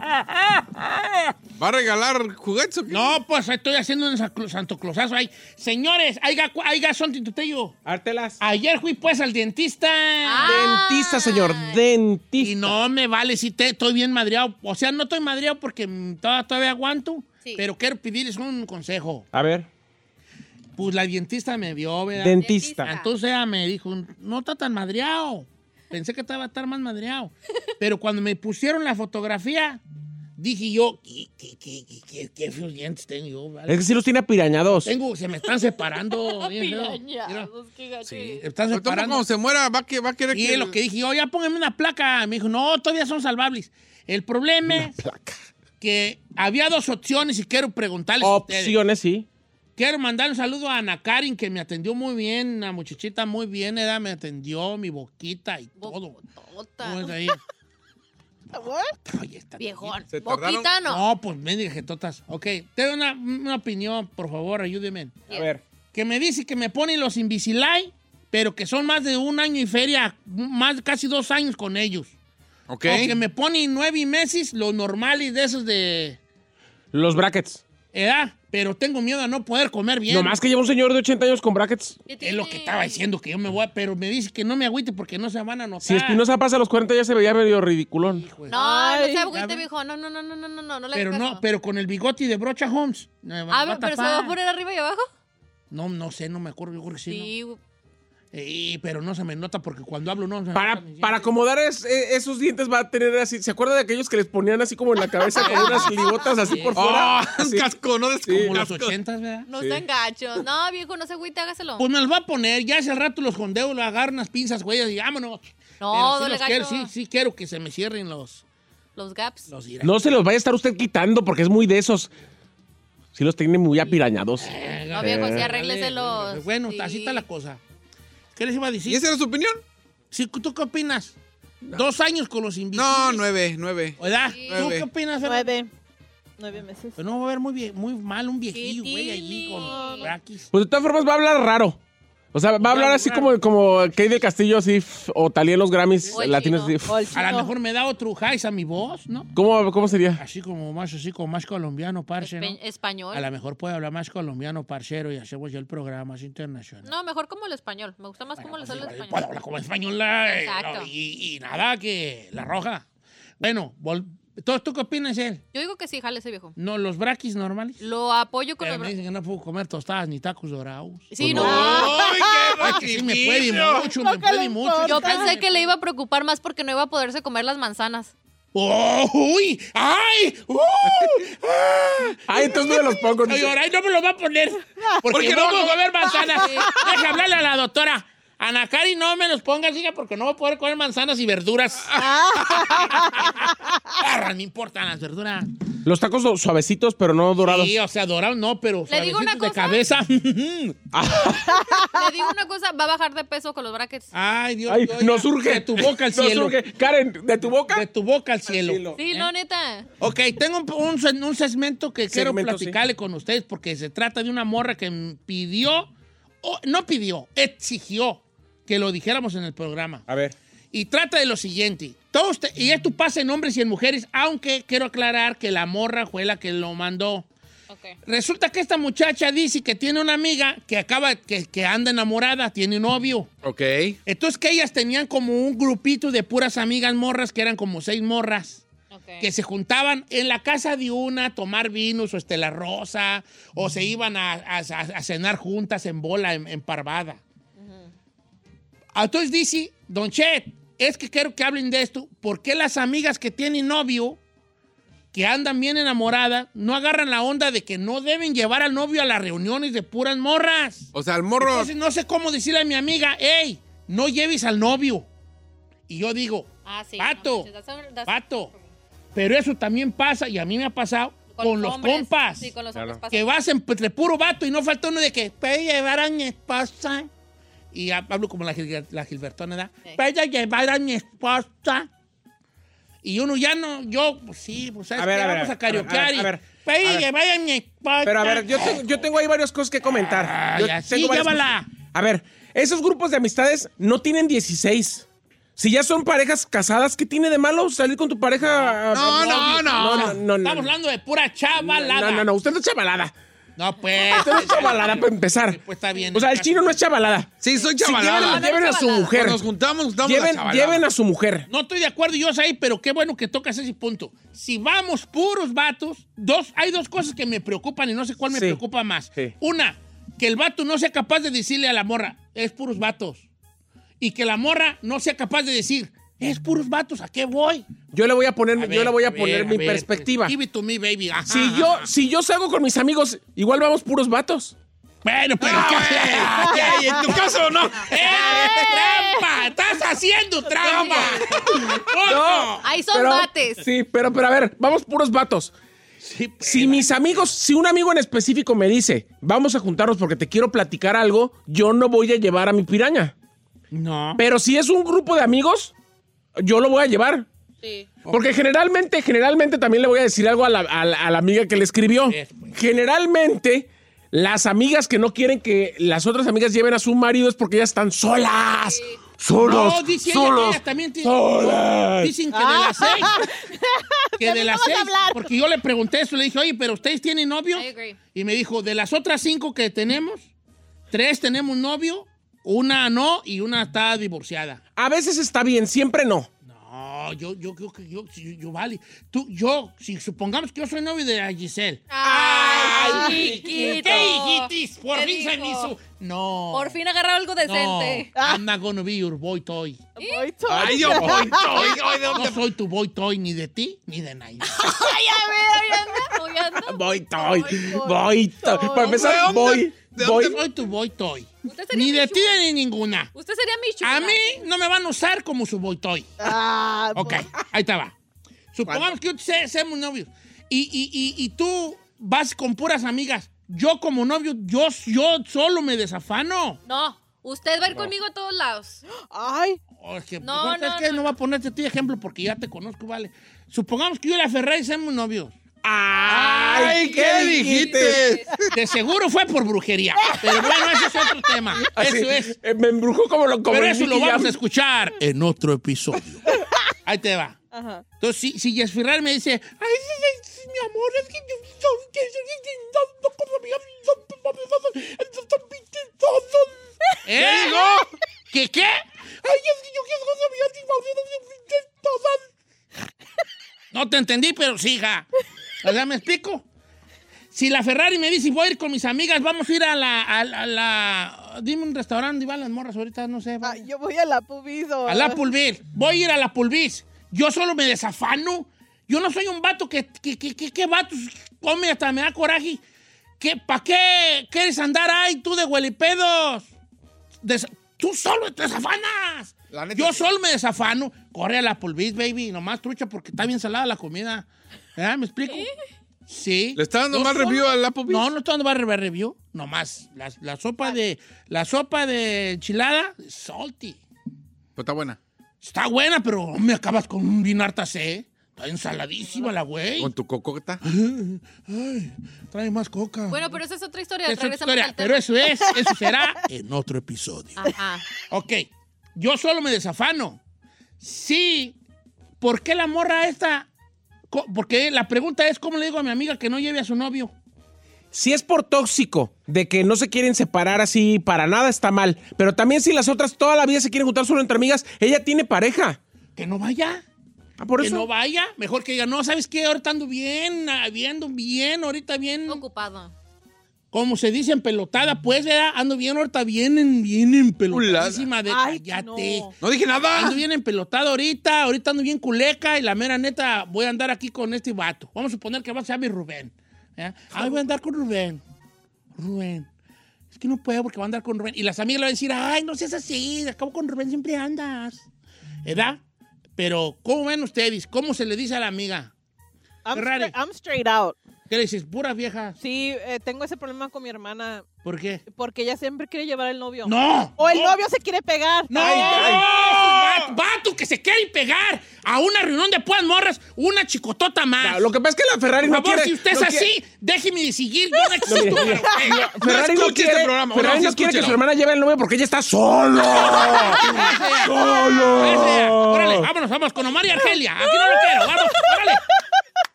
Speaker 4: ¿Va a regalar juguetes o qué?
Speaker 1: No, pues estoy haciendo un saclo- santo closazo ahí. Señores, I got, I got something to tell you.
Speaker 5: Ártelas.
Speaker 1: Ayer fui pues al dentista. Ah.
Speaker 5: Dentista, señor. Dentista.
Speaker 1: Y no me vale si te, estoy bien madreado. O sea, no estoy madreado porque mm, to- todavía aguanto.
Speaker 2: Sí.
Speaker 1: Pero quiero pedirles un consejo.
Speaker 5: A ver.
Speaker 1: Pues la dentista me vio, ¿verdad?
Speaker 5: Dentista.
Speaker 2: Dentista.
Speaker 1: Entonces ella me dijo, no está tan madreado. Pensé que estaba a estar más madreado. Pero cuando me pusieron la fotografía, dije yo, ¿qué, qué, qué, qué, qué- qué feos dientes tengo yo? vale?
Speaker 5: Es que sí los tiene apirañados.
Speaker 1: Tengo, se me están separando. bien feo. Mira,
Speaker 4: Sí.
Speaker 1: se están
Speaker 4: Pero tampoco
Speaker 1: separando.
Speaker 4: cuando se muera va a, que, va a querer
Speaker 1: Y
Speaker 4: que...
Speaker 1: es lo que dije yo, ya póngame una placa. Me dijo, no, todavía son salvables. El problema es que había dos opciones y quiero preguntarles. a ustedes.
Speaker 5: Opciones, sí.
Speaker 1: Quiero mandar un saludo a Ana Karin, que me atendió muy bien, una muchachita muy bien, era, me atendió mi boquita y todo. ¿Cómo es ahí? Oye, esta
Speaker 2: Viejón.
Speaker 4: Se tardaron-
Speaker 2: Boquita no.
Speaker 1: No, pues me dije totas. Ok, tengo una, una opinión, por favor, ayúdeme.
Speaker 5: A ver.
Speaker 1: Que me dice que me ponen los Invisalign, pero que son más de un año y feria, más casi dos años con ellos.
Speaker 4: Ok.
Speaker 1: O que me ponen nueve meses, los normales de esos de
Speaker 5: Los brackets.
Speaker 1: edad, pero tengo miedo a no poder comer bien.
Speaker 5: Nomás que lleva un señor de 80 años con brackets.
Speaker 1: Es lo que estaba diciendo, que yo me voy a... Pero me dice que no me agüite porque no se van a notar.
Speaker 5: Si Espinosa pasa a los 40 ya se veía medio ridiculón.
Speaker 1: Hijo de-
Speaker 2: No, no
Speaker 1: Ay,
Speaker 2: se agüite,
Speaker 1: ya-
Speaker 2: viejo. No, no, no, no, no, no, no, no le
Speaker 1: Pero
Speaker 2: hagas
Speaker 1: no,
Speaker 2: caso.
Speaker 1: pero con el bigote de brocha Holmes. me va
Speaker 2: Ah,
Speaker 1: a
Speaker 2: pero ¿se
Speaker 1: tapar.
Speaker 2: va a poner arriba y abajo?
Speaker 1: No, no sé, no me acuerdo, yo creo que sí. ¿no?
Speaker 2: Sí. güey.
Speaker 1: Eh, pero no se me nota porque cuando hablo no se me
Speaker 5: Para,
Speaker 1: notan mis
Speaker 5: Ah, para acomodar es- eh, esos dientes va a tener así. ¿Se acuerda de aquellos que les ponían así como en la cabeza con unas libotas así por fuera?
Speaker 4: ¡Oh!
Speaker 5: Sí.
Speaker 4: Casco, no
Speaker 1: dientes.
Speaker 4: descubrí.
Speaker 1: Ah. Como los ochentas, ¿verdad?
Speaker 2: No están gachos. No, viejo, no se agüite, hágaselo.
Speaker 1: Pues me los va a poner, ya hace rato los jondeo, lo agarro unas pinzas, güey, y vámonos.
Speaker 2: No,
Speaker 1: Pero sí,
Speaker 2: dole
Speaker 1: los
Speaker 2: gacho.
Speaker 1: quiero, sí, sí quiero que se me cierren los...
Speaker 2: Los gaps.
Speaker 1: los ira-
Speaker 5: No se los vaya a estar usted quitando porque es muy de esos. Si los tiene muy apirañados.
Speaker 2: No, viejo, sí,
Speaker 5: Eh,
Speaker 2: arrégleselos.
Speaker 1: Bueno,
Speaker 2: Sí.
Speaker 1: así está la cosa. ¿Qué les iba a decir?
Speaker 4: ¿Y esa era su opinión?
Speaker 1: Sí, ¿Tú qué opinas? ¿Dos años con los invisibles?
Speaker 4: No, nueve, nueve.
Speaker 1: ¿Verdad? ¿Tú
Speaker 4: Nueve.
Speaker 1: qué opinas? Fer?
Speaker 8: Nueve. Nueve meses.
Speaker 1: Pero no va a ver muy, bien- muy mal un viejillo, güey, allí
Speaker 2: tiene?
Speaker 1: con braquis.
Speaker 5: Pues de todas formas va a hablar raro. O sea, va a hablar así como, como Kay del Castillo, así, f- o Talía en los Grammys
Speaker 2: Oye,
Speaker 5: latinos.
Speaker 2: no.
Speaker 5: así, f-
Speaker 8: O el
Speaker 1: A lo
Speaker 8: chino.
Speaker 1: mejor me da otro highs a mi voz, ¿no?
Speaker 5: ¿Cómo, cómo sería?
Speaker 1: Así como más, así como más colombiano, parce, ¿no?
Speaker 2: Espe-
Speaker 1: A lo
Speaker 2: Español.
Speaker 1: mejor puede hablar más colombiano, parcero, y hacemos ya el programa es internacional.
Speaker 2: No, mejor como el español. Me gusta más como le
Speaker 1: Bueno, pues
Speaker 2: sale el
Speaker 1: igual,
Speaker 2: español.
Speaker 1: Puedo hablar como española eh,
Speaker 2: Exacto.
Speaker 1: no, y, y nada que la roja. Bueno, vol- ¿tú, tú qué opinas, él?
Speaker 2: Yo digo que sí, jale ese viejo.
Speaker 1: No, los braquis normales.
Speaker 2: Lo apoyo con
Speaker 1: Pero
Speaker 2: el
Speaker 1: me
Speaker 2: bra-
Speaker 1: dicen que no puedo comer tostadas ni tacos dorados.
Speaker 2: Sí,
Speaker 5: Pues
Speaker 2: no.
Speaker 4: ¡Ay, qué
Speaker 1: Ay, que sí me puede y
Speaker 4: sacrificio!
Speaker 1: mucho,
Speaker 8: No,
Speaker 1: me
Speaker 8: que
Speaker 1: puede y
Speaker 8: le
Speaker 1: mucho.
Speaker 2: Yo pensé que le iba a preocupar más porque no iba a poderse comer las manzanas.
Speaker 1: ¡Oh, ¡Uy! ¡Ay! ¡Uh! ¡Ah!
Speaker 5: Ay, entonces no me los pongo.
Speaker 1: Ay, ahora no me lo va a poner. Porque
Speaker 4: Porque
Speaker 1: no
Speaker 4: no
Speaker 1: puedo
Speaker 4: como-
Speaker 1: comer manzanas. Deja hablarle a la doctora. Ana Cari, no me los pongas, hija, porque no voy a poder comer manzanas y verduras.
Speaker 2: Ah.
Speaker 1: Barra, me importan las verduras.
Speaker 5: Los tacos do- suavecitos, pero no dorados.
Speaker 1: Sí, o sea, dorados no, pero
Speaker 2: Le digo
Speaker 1: suavecitos
Speaker 2: una
Speaker 1: de
Speaker 2: cosa.
Speaker 1: cabeza.
Speaker 5: Ah.
Speaker 2: Le digo una cosa, va a bajar de peso con los brackets.
Speaker 1: Ay, Dios
Speaker 5: Ay,
Speaker 1: mío,
Speaker 5: no
Speaker 1: hija,
Speaker 5: surge.
Speaker 1: De tu boca al cielo.
Speaker 5: No surge. Karen, ¿de tu boca?
Speaker 1: De tu boca al cielo.
Speaker 5: cielo.
Speaker 2: Sí, no, neta.
Speaker 1: Ok, tengo un, un se- un segmento que quiero
Speaker 5: Segmento,
Speaker 1: platicarle con ustedes porque se trata de una morra que m- pidió, o no pidió, exigió que lo dijéramos en el programa.
Speaker 5: A ver.
Speaker 1: Y trata de lo siguiente. Todo usted- y esto pasa en hombres y en mujeres, aunque quiero aclarar que la morra fue la que lo mandó. Resulta que esta muchacha dice que tiene una amiga que acaba, que, que anda enamorada, tiene un novio.
Speaker 4: Ok.
Speaker 1: Entonces que ellas tenían como un grupito de puras amigas morras, que eran como seis morras que se juntaban en la casa de una a tomar vinos o estela rosa o se iban a, a- a- a cenar juntas en bola, en, en parvada. Entonces dice, Don Chet, es que quiero que hablen de esto. ¿Por qué las amigas que tienen novio, que andan bien enamoradas, no agarran la onda de que no deben llevar al novio a las reuniones de puras morras?
Speaker 4: O sea, el morro...
Speaker 1: Entonces no sé cómo decirle a mi amiga, hey, no lleves al novio. Y yo digo,
Speaker 2: Ah, sí.
Speaker 1: Pato.
Speaker 2: manches, that's- that's-
Speaker 1: Pato. Pero eso también pasa, y a mí me ha pasado, con, los
Speaker 2: hombres.
Speaker 1: compas.
Speaker 2: Sí, con los
Speaker 5: Claro.
Speaker 2: hombres pasa.
Speaker 1: que vas en- entre puro vato y no falta uno de que puede llevar a mi esposa. Y ha- hablo como la, Gil- la Gilbertona, ¿verdad?
Speaker 2: Sí.
Speaker 1: Puede llevar a mi esposa. Y uno ya no, yo, pues sí, pues ¿sabes
Speaker 5: A ver,
Speaker 1: qué?
Speaker 5: a ver,
Speaker 1: vamos a
Speaker 5: a ver,
Speaker 1: carioquear
Speaker 5: a ver, a ver,
Speaker 1: y puede
Speaker 5: a ver.
Speaker 1: llevar a mi esposa. Ah,
Speaker 5: Pero a ver, yo tengo, yo tengo ahí varias cosas que comentar.
Speaker 1: Ay,
Speaker 5: Yo
Speaker 1: así,
Speaker 5: tengo varias
Speaker 1: llévala.
Speaker 5: cosas. A ver, esos grupos de amistades no tienen 16. Si ya son parejas casadas, ¿qué tiene de malo salir con tu pareja?
Speaker 4: No, no, no.
Speaker 5: no, no, no.
Speaker 1: Estamos hablando de pura chavalada.
Speaker 5: No, no, no, usted no es chavalada.
Speaker 1: No, pues.
Speaker 5: Usted no es chavalada para empezar.
Speaker 1: Pues está bien.
Speaker 5: O sea, el chino no es chavalada.
Speaker 4: Sí, soy
Speaker 5: Si quieren,
Speaker 4: chavalada.
Speaker 5: lleven a su
Speaker 2: Chavalada.
Speaker 5: mujer.
Speaker 4: Cuando nos juntamos, juntamos la
Speaker 5: Lleven,
Speaker 4: chavalada.
Speaker 5: lleven a su mujer.
Speaker 1: No estoy de acuerdo yo ahí, pero qué bueno que tocas ese punto. Si vamos puros vatos, dos, hay dos cosas que me preocupan y no sé cuál me
Speaker 5: Sí.
Speaker 1: preocupa más.
Speaker 5: Sí.
Speaker 1: Una, que el vato no sea capaz de decirle a la morra, es puros vatos. Y que la morra no sea capaz de decir, Es puros vatos, ¿a qué voy?
Speaker 5: Yo le voy a poner,
Speaker 1: A
Speaker 5: yo
Speaker 1: ver,
Speaker 5: le voy a
Speaker 1: a
Speaker 5: poner
Speaker 1: ver,
Speaker 5: mi
Speaker 1: a ver,
Speaker 5: perspectiva.
Speaker 1: Give it to me, baby. Ajá,
Speaker 5: Si yo, si yo salgo con mis amigos, igual vamos puros vatos.
Speaker 1: Bueno, pero ¿qué? ¿Qué? Ah, ¿En tu caso no? ¡Eh, ¡Trampa! ¡Estás haciendo trampa!
Speaker 5: No,
Speaker 2: Ahí son
Speaker 5: pero-
Speaker 2: mates.
Speaker 5: Sí, pero, pero a ver, vamos puros vatos.
Speaker 1: pues.
Speaker 5: si mis amigos, si un amigo en específico me dice, vamos a juntarnos porque te quiero platicar algo, yo no voy a llevar a mi piraña.
Speaker 1: No.
Speaker 5: Pero si es un grupo de amigos, yo lo voy a llevar.
Speaker 2: Sí.
Speaker 5: Porque generalmente, generalmente también le voy a decir algo a la, a la- a la amiga que le escribió. Generalmente, las amigas que no quieren que las otras amigas lleven a su marido es porque ellas están solas. Solos.
Speaker 1: No, dice ella que
Speaker 5: solos.
Speaker 1: ella también tiene-
Speaker 5: solas.
Speaker 1: Dicen que
Speaker 2: Ah.
Speaker 1: de las seis. Que de las seis. Porque yo le pregunté eso, le dije, oye, pero ¿ustedes tienen novio?
Speaker 2: I agree.
Speaker 1: Y me dijo, de las otras cinco que tenemos, tres tenemos novio, una no y una está divorciada.
Speaker 5: A veces está bien, siempre no.
Speaker 1: No, yo, yo creo que yo, yo, yo vale. Tú, yo, si supongamos que yo soy novio de Giselle.
Speaker 2: Ah. Ay,
Speaker 1: ¿Qué
Speaker 2: chiquito.
Speaker 1: hijitis? Por
Speaker 2: ¿Qué
Speaker 1: fin se me
Speaker 2: dijo?
Speaker 1: hizo. No.
Speaker 2: Por fin agarra algo Oh,
Speaker 1: No, Ah,
Speaker 2: decente. Ah.
Speaker 1: I'm not gonna be your boy toy.
Speaker 8: Voy todo.
Speaker 4: Ay, yo voy, toy, ay, ¿de
Speaker 1: No
Speaker 4: dónde-
Speaker 1: soy tu boy toy ni de ti ni de nadie.
Speaker 2: Ay, a ver, hoy anda, hoy anda.
Speaker 5: Voy, toy.
Speaker 8: voy,
Speaker 5: Voy, toy. Para
Speaker 4: ¿De
Speaker 5: empezar,
Speaker 4: dónde-
Speaker 5: voy.
Speaker 4: de
Speaker 5: Voy.
Speaker 1: No soy tu boy toy.
Speaker 2: Usted sería
Speaker 1: Ni
Speaker 2: mi
Speaker 1: de ti
Speaker 2: chupa.
Speaker 1: ni ninguna.
Speaker 2: Usted sería mi
Speaker 1: A
Speaker 2: chocolate.
Speaker 1: mí no me van a usar como su boy toy.
Speaker 8: Ah,
Speaker 1: Ok,
Speaker 5: pues.
Speaker 1: ahí te va. Supongamos que yo se- seamos novios y, y- y- y tú vas con puras amigas. Yo como novio, yo, yo solo me desafano.
Speaker 2: No, usted va a ir conmigo a todos lados.
Speaker 8: Ay,
Speaker 1: O Oh, es que,
Speaker 2: No,
Speaker 1: mejor, ¿sabes
Speaker 2: no,
Speaker 1: qué?
Speaker 2: no,
Speaker 1: no voy a ponerte a ti ejemplo porque ya te conozco, vale. Supongamos que yo y la Ferrari seamos novios.
Speaker 4: Ay, ¿qué dijiste?
Speaker 1: De seguro fue por brujería. Pero bueno, ese es otro tema.
Speaker 5: Así,
Speaker 1: Eso es.
Speaker 5: eh, Me embrujó como lo como
Speaker 1: Pero
Speaker 5: el
Speaker 1: eso lo
Speaker 5: Nicky
Speaker 1: vamos a
Speaker 5: Jam.
Speaker 1: escuchar en otro episodio. Ahí te va.
Speaker 8: ajá.
Speaker 1: Entonces, si, si Jess Ferrari me dice, ay, sí, sí, sí, mi amor, es que yo yo- que- yo- que- que- no, no, como mi ¿Eh? ¿Qué qué? Ay, es que yo quiero con mi No te entendí, pero sí, hija. O sea, ¿me explico? Si la Ferrari me dice, voy a ir con mis amigas, vamos a ir a la... A la, a la- dime un restaurante donde van las morras ahorita, no sé.
Speaker 8: Ah, yo voy a la pubis o...
Speaker 1: A la Pulvis. Voy a ir a la Pulvis. Yo solo me desafano. Yo no soy un vato que, que, que, que, que vatos come hasta me da coraje. ¿Qué, ¿Para qué quieres andar ahí tú de huelipedos? Des- tú solo te desafanas.
Speaker 4: La neta
Speaker 1: Yo
Speaker 4: sí.
Speaker 1: solo me desafano. Corre a la Pulvis, baby. Nomás trucha porque está bien salada la comida. ¿Eh? ¿Me explico? Sí.
Speaker 4: ¿Le está dando
Speaker 1: Yo
Speaker 4: mal
Speaker 1: solo-
Speaker 4: review al Applebee's?
Speaker 1: No, no está dando mal re- review. Nomás. La, la sopa de. La sopa de enchilada, salty.
Speaker 4: Pero Pues está buena.
Speaker 1: Está buena, pero me acabas con un vino harta C. Está ensaladísima la güey.
Speaker 4: Con tu cocota.
Speaker 1: Ay, trae más coca.
Speaker 2: Bueno, pero esa es otra historia.
Speaker 1: Esa es otra
Speaker 2: Regresamos
Speaker 1: historia,
Speaker 2: al tema.
Speaker 1: pero eso es, eso será en otro episodio.
Speaker 2: Ajá.
Speaker 1: Ok, yo solo me desafano. Sí, ¿por qué la morra esta? Co- Porque la pregunta es, ¿cómo le digo a mi amiga que no lleve a su novio?
Speaker 5: Si es por tóxico, de que no se quieren separar así para nada, está mal. Pero también si las otras toda la vida se quieren juntar solo entre amigas, ella tiene pareja.
Speaker 1: Que no vaya.
Speaker 5: Ah, por
Speaker 1: que
Speaker 5: eso.
Speaker 1: no vaya. Mejor que diga, no, ¿sabes qué? Ahorita ando bien, ah, viendo bien, ahorita bien.
Speaker 2: Ocupado.
Speaker 1: Como se dice en pelotada, pues, ¿verdad? Ando bien ahorita, bien, bien empelotadísima de
Speaker 8: Ay,
Speaker 1: cállate.
Speaker 8: no.
Speaker 4: No dije nada.
Speaker 1: Ando bien empelotado ahorita, ahorita ando bien culeca y la mera neta voy a andar aquí con este vato. Vamos a suponer que va a ser mi Rubén. ¿eh? Ay, voy a andar con Rubén. Rubén. Es que no puedo porque va a andar con Rubén. Y las amigas le van a decir, ay, no seas así, acabo con Rubén, siempre andas. ¿Edad? Pero, ¿cómo ven ustedes? ¿Cómo se le dice a la amiga?
Speaker 8: I'm,
Speaker 1: Ferrari.
Speaker 8: stra- I'm straight out.
Speaker 1: ¿Qué le dices? Puras viejas.
Speaker 8: Sí, eh, tengo ese problema con mi hermana
Speaker 1: ¿Por qué?
Speaker 8: porque ella siempre quiere llevar al novio.
Speaker 1: ¡No!
Speaker 8: O el
Speaker 1: ¡No!
Speaker 8: novio se quiere pegar.
Speaker 1: ¡No! Esos vatos, vatos que se quieren pegar a una reunión de puras morras, una chicotota más.
Speaker 5: Lo que pasa es que la Ferrari
Speaker 1: Por
Speaker 5: no
Speaker 1: favor,
Speaker 5: quiere.
Speaker 1: si usted es
Speaker 5: no quiere-
Speaker 1: así, déjeme de seguir. Yo no existo
Speaker 5: mire,
Speaker 1: para usted.
Speaker 5: Ferrari no,
Speaker 4: escuche
Speaker 5: quiere,
Speaker 4: este programa.
Speaker 1: Oh,
Speaker 5: Ferrari
Speaker 4: No, sí,
Speaker 5: no quiere que
Speaker 4: escúchelo.
Speaker 5: su hermana lleve el novio porque ella está solo.
Speaker 1: Órale, Órale,
Speaker 5: solo.
Speaker 1: vámonos, vamos con Omar y Argelia. Aquí no lo quiero, vamos, órale.